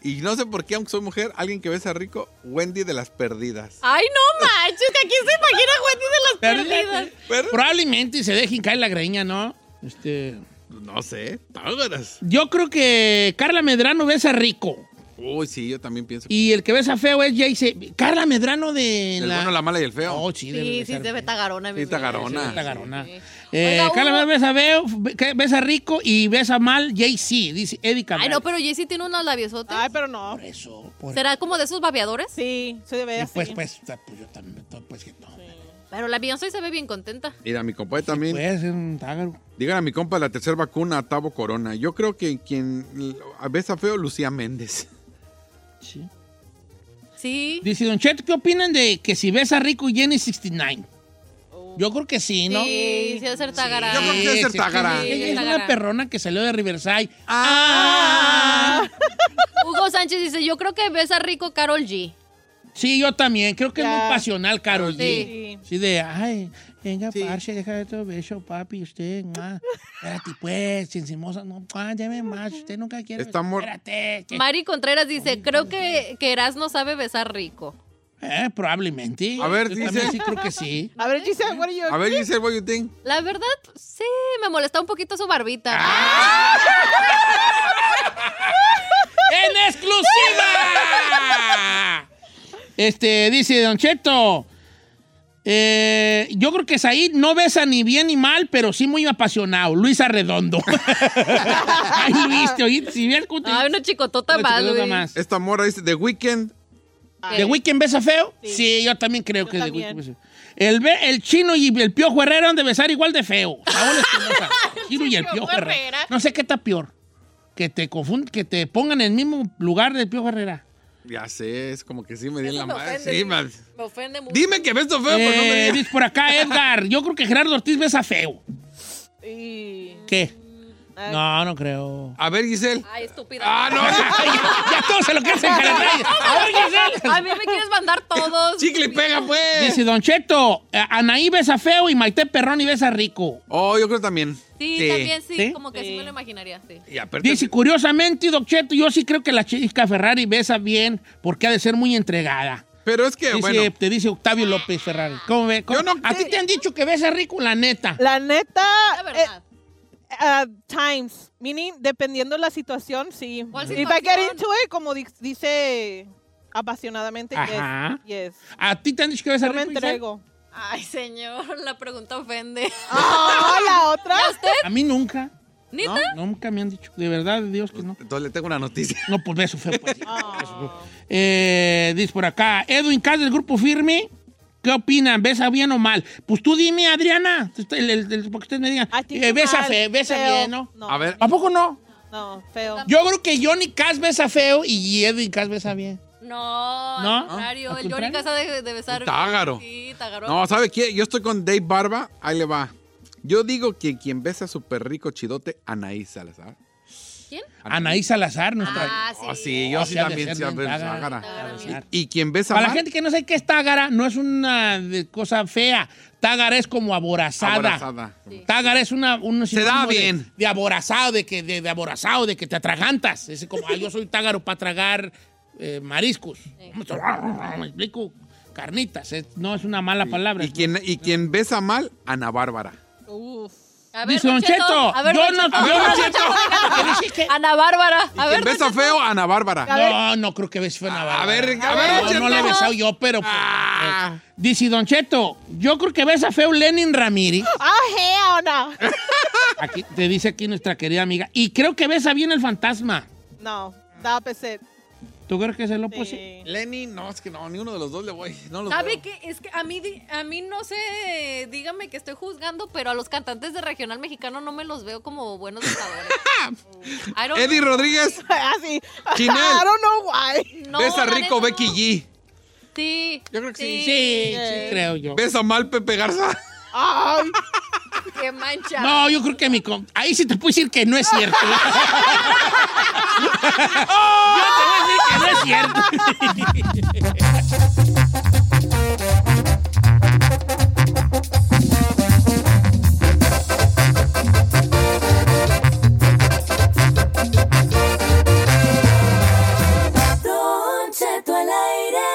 Speaker 4: Y no sé por qué, aunque soy mujer, alguien que besa rico, Wendy de las perdidas.
Speaker 2: Ay, no manches, que aquí se imagina Wendy de las perdidas.
Speaker 4: Pero-
Speaker 1: Probablemente se dejen caer la greña, ¿no? Este,
Speaker 4: no sé, tágaras.
Speaker 1: yo creo que Carla Medrano besa rico.
Speaker 4: Uy, sí, yo también pienso.
Speaker 1: Y el que besa feo es Jayce. Carla Medrano de
Speaker 4: El
Speaker 1: la.
Speaker 4: bueno, la mala y el feo.
Speaker 1: Oh, sí, debe
Speaker 2: Sí,
Speaker 1: de
Speaker 2: sí,
Speaker 1: ser
Speaker 2: se ve
Speaker 1: feo.
Speaker 2: tagarona. mi
Speaker 4: Sí,
Speaker 2: vida.
Speaker 4: tagarona.
Speaker 2: Se ve
Speaker 1: Está garona.
Speaker 2: Sí.
Speaker 1: Eh,
Speaker 2: Oiga,
Speaker 1: Carla
Speaker 2: uno-
Speaker 1: besa feo, que besa rico y besa mal Jay-Z, dice Eddie Cabral.
Speaker 2: Ay, no, pero Jessy tiene unos labiosotes.
Speaker 8: Ay, pero no.
Speaker 1: Por eso, por
Speaker 2: ¿Será como de esos babeadores?
Speaker 8: Sí, se ve
Speaker 1: Y
Speaker 8: así.
Speaker 1: Pues, pues, o sea, pues yo también, pues que no.
Speaker 2: Pero la Beyoncé se ve bien contenta.
Speaker 4: Mira, mi compa también.
Speaker 1: Puede ser pues, un tágaro.
Speaker 4: Digan a mi compa la tercera vacuna, Tavo Corona. Yo creo que quien l- besa feo, Lucía Méndez.
Speaker 1: Sí.
Speaker 2: Sí.
Speaker 1: Dice Don Cheto, ¿qué opinan de que si besa rico Jenny 69? Yo creo que sí, ¿no?
Speaker 2: Sí, sí, hacer tagara.
Speaker 4: Yo creo que sí debe ser tágara.
Speaker 2: sí,
Speaker 1: Ella
Speaker 2: sí,
Speaker 1: es una
Speaker 2: tágara.
Speaker 1: perrona que salió de Riverside. Ah.
Speaker 2: Hugo Sánchez dice, yo creo que besa rico Carol G.
Speaker 1: Sí, yo también. Creo que es muy
Speaker 8: Ya.
Speaker 1: pasional, Carol. Sí.
Speaker 8: Sí.
Speaker 1: Sí, de, ay, venga,
Speaker 4: Sí.
Speaker 1: parce, deja de todo beso, papi, usted, ma. Espérate, pues, sin cimosa, no, ma, lleve más, usted nunca quiere.
Speaker 4: Está
Speaker 1: besar,
Speaker 4: mor-
Speaker 1: Espérate. que-
Speaker 2: Mari Contreras dice, creo que, que no sabe besar rico.
Speaker 1: Eh, probablemente.
Speaker 4: A ver,
Speaker 1: Yo
Speaker 4: dice-
Speaker 1: también sí creo que sí.
Speaker 8: A ver, Giselle, what are you...
Speaker 4: A ver, Giselle, what you think?
Speaker 2: La verdad, sí, me molesta un poquito su barbita.
Speaker 4: Ah.
Speaker 1: ¡Ah! ¡En exclusiva! Este, dice Don Cheto. eh, yo creo que Said no besa ni bien ni mal, pero sí muy apasionado. Luis Arredondo. Ay, Luis, te oí. Si bien cómo te-
Speaker 2: Ay, una chicotota
Speaker 1: Una
Speaker 2: más,
Speaker 1: chicotota
Speaker 2: güey.
Speaker 1: más.
Speaker 4: Esta morra dice, The Weeknd.
Speaker 1: ¿De Weekend besa feo? Sí,
Speaker 8: Sí.
Speaker 1: yo también creo
Speaker 8: Yo
Speaker 1: que de
Speaker 8: también.
Speaker 1: Weekend besa feo. El, be- el chino y el piojo Herrera han de besar igual de feo. Saúl Espinosa. El chino y el
Speaker 2: Piojo
Speaker 1: piojo Herrera.
Speaker 2: Herrera.
Speaker 1: No sé qué está peor. Que te confund que te pongan en el mismo lugar del piojo Herrera.
Speaker 4: Ya sé, es como que sí me di en
Speaker 2: Eso
Speaker 4: la
Speaker 2: me
Speaker 4: madre.
Speaker 2: ofende,
Speaker 4: Sí,
Speaker 2: sí.
Speaker 4: man.
Speaker 2: Me ofende mucho.
Speaker 4: Dime que beso feo, pero no me
Speaker 1: Eh,
Speaker 4: digas.
Speaker 1: dice por acá Edgar, yo creo que Gerardo Ortiz besa feo.
Speaker 8: Y...
Speaker 1: ¿Qué? No, no creo.
Speaker 4: A ver, Giselle.
Speaker 2: Ay, estúpida.
Speaker 4: Ah, no.
Speaker 1: Ay, ya todos se lo quieren encarar. A ver, Giselle.
Speaker 2: A mí me quieres mandar todos.
Speaker 4: Chicle y pega, pues.
Speaker 1: Dice Don Cheto, eh, Anaí besa feo y Maite Perroni besa rico.
Speaker 4: Oh, yo creo también.
Speaker 2: Sí, también sí,
Speaker 1: ¿Sí?
Speaker 2: como que sí. me lo imaginaría, sí.
Speaker 4: Y aparte,
Speaker 1: Dice, curiosamente, Don Cheto, yo sí creo que la chica Ferrari besa bien porque ha de ser muy entregada.
Speaker 4: Pero es que,
Speaker 1: Dice-
Speaker 4: bueno.
Speaker 1: Te dice Octavio López Ferrari. ¿Cómo ve? ¿Cómo- a ti te han dicho que ves a rico, la neta.
Speaker 8: La neta. eh, ah, times, meaning dependiendo la situación, sí. If I get
Speaker 2: situación?
Speaker 8: into it, como di- dice apasionadamente, yes,
Speaker 1: Ajá.
Speaker 8: yes.
Speaker 1: A ti te han dicho que ves a
Speaker 8: Yo me
Speaker 1: rico. Isel?
Speaker 8: entrego.
Speaker 2: Ay, señor, la pregunta ofende.
Speaker 8: Ah, la otra.
Speaker 2: ¿Y a usted?
Speaker 1: A mí nunca.
Speaker 2: ¿Neta?
Speaker 1: No, Ah, nunca me han dicho. De verdad, de Dios que no.
Speaker 4: Entonces le tengo una noticia.
Speaker 1: No, pues eso fue. Pues.
Speaker 8: Ah.
Speaker 1: Eso fue. Eh, dice por acá, Edwin Cas del Grupo Firme. ¿Qué opinan? ¿Besa bien o mal? Pues tú dime, Adriana. El, el- el- porque ustedes me digan. eh, besa
Speaker 8: mal,
Speaker 1: fe, besa
Speaker 8: feo.
Speaker 1: bien, ¿no?
Speaker 8: No. A
Speaker 4: ver.
Speaker 1: ¿A poco no?
Speaker 8: No, feo.
Speaker 1: Yo creo que Johnny Cass besa feo y Edwin Cass besa bien.
Speaker 2: No,
Speaker 1: ¿No?
Speaker 2: al contrario.
Speaker 1: ¿Al
Speaker 2: El Johnny
Speaker 1: contrario?
Speaker 2: Casa de, de besar.
Speaker 4: Tágaro.
Speaker 2: Sí, Tágaro.
Speaker 4: No, ¿sabe qué? Yo estoy con Dave Barba. Ahí le va. Yo digo que quien besa súper rico chidote, Anaís Salazar.
Speaker 2: ¿Quién?
Speaker 1: Anaís Salazar, nuestra.
Speaker 2: Ah,
Speaker 4: Oh, sí, yo
Speaker 1: Oh,
Speaker 4: sí
Speaker 1: sí ha de
Speaker 4: también.
Speaker 1: ser
Speaker 4: sí, a ver,
Speaker 1: bien
Speaker 4: Tágara.
Speaker 1: tágara,
Speaker 4: Sí,
Speaker 1: tágara.
Speaker 4: Y quien besa
Speaker 1: Para la
Speaker 4: mal,
Speaker 1: gente que no sabe qué es tágara, no es una de- cosa fea. Tágara es como aborazada.
Speaker 4: aborazada.
Speaker 1: Tágara es una, un
Speaker 4: Se da
Speaker 1: sinónimo de-
Speaker 4: bien.
Speaker 1: De, aborazado, de que de, de aborazado, de que te atragantas. Es como, ah, yo soy tágaro para tragar eh, mariscos. Me explico, carnitas. Es- no es una mala palabra.
Speaker 4: Y quien, y quien besa mal, Ana Bárbara.
Speaker 2: A
Speaker 1: Dice Don Cheto,
Speaker 2: A ver,
Speaker 1: yo
Speaker 2: Don
Speaker 1: no-
Speaker 2: Cheto.
Speaker 1: a ver, Don Cheto.
Speaker 2: Don Cheto. Ana Bárbara. A
Speaker 4: Quien
Speaker 2: ver,
Speaker 4: besa feo, Ana Bárbara.
Speaker 1: No, no creo que ves fue una
Speaker 4: A ver, a ver,
Speaker 1: No, no le
Speaker 4: Cheto.
Speaker 1: he
Speaker 4: Ah.
Speaker 1: besado yo, pero. pues, eh, Dice Don Cheto, yo creo que besa feo Lenin Ramírez.
Speaker 8: Ah, hell no.
Speaker 1: Aquí te dice aquí nuestra querida amiga. Y creo que besa bien el fantasma.
Speaker 8: No, the opposite.
Speaker 1: ¿Tú crees que es el opuesto?
Speaker 8: Sí.
Speaker 4: Lenny, no, es que no, ni uno de los dos le voy. No los
Speaker 2: ¿Sabe
Speaker 4: veo.
Speaker 2: qué? Es que a mí, di- a mí no sé, dígame que estoy juzgando, pero a los cantantes de regional mexicano no me los veo como buenos dictadores. I don't
Speaker 4: Eddie
Speaker 2: know.
Speaker 4: Rodríguez,
Speaker 8: Así.
Speaker 4: Chinel.
Speaker 8: Ah, I don't know why.
Speaker 2: No,
Speaker 4: besa
Speaker 2: la
Speaker 4: rico
Speaker 2: neta,
Speaker 4: Becky
Speaker 2: no.
Speaker 4: G.
Speaker 2: Sí. Yo creo que
Speaker 1: Sí, sí, creo yo.
Speaker 4: Besa mal Pepe Garza.
Speaker 8: Ay,
Speaker 2: Qué mancha.
Speaker 1: No, yo creo que mi... com- Ahí sí te puedo decir que no es cierto. yo te voy a decir que no es cierto.
Speaker 10: Don Cheto al aire.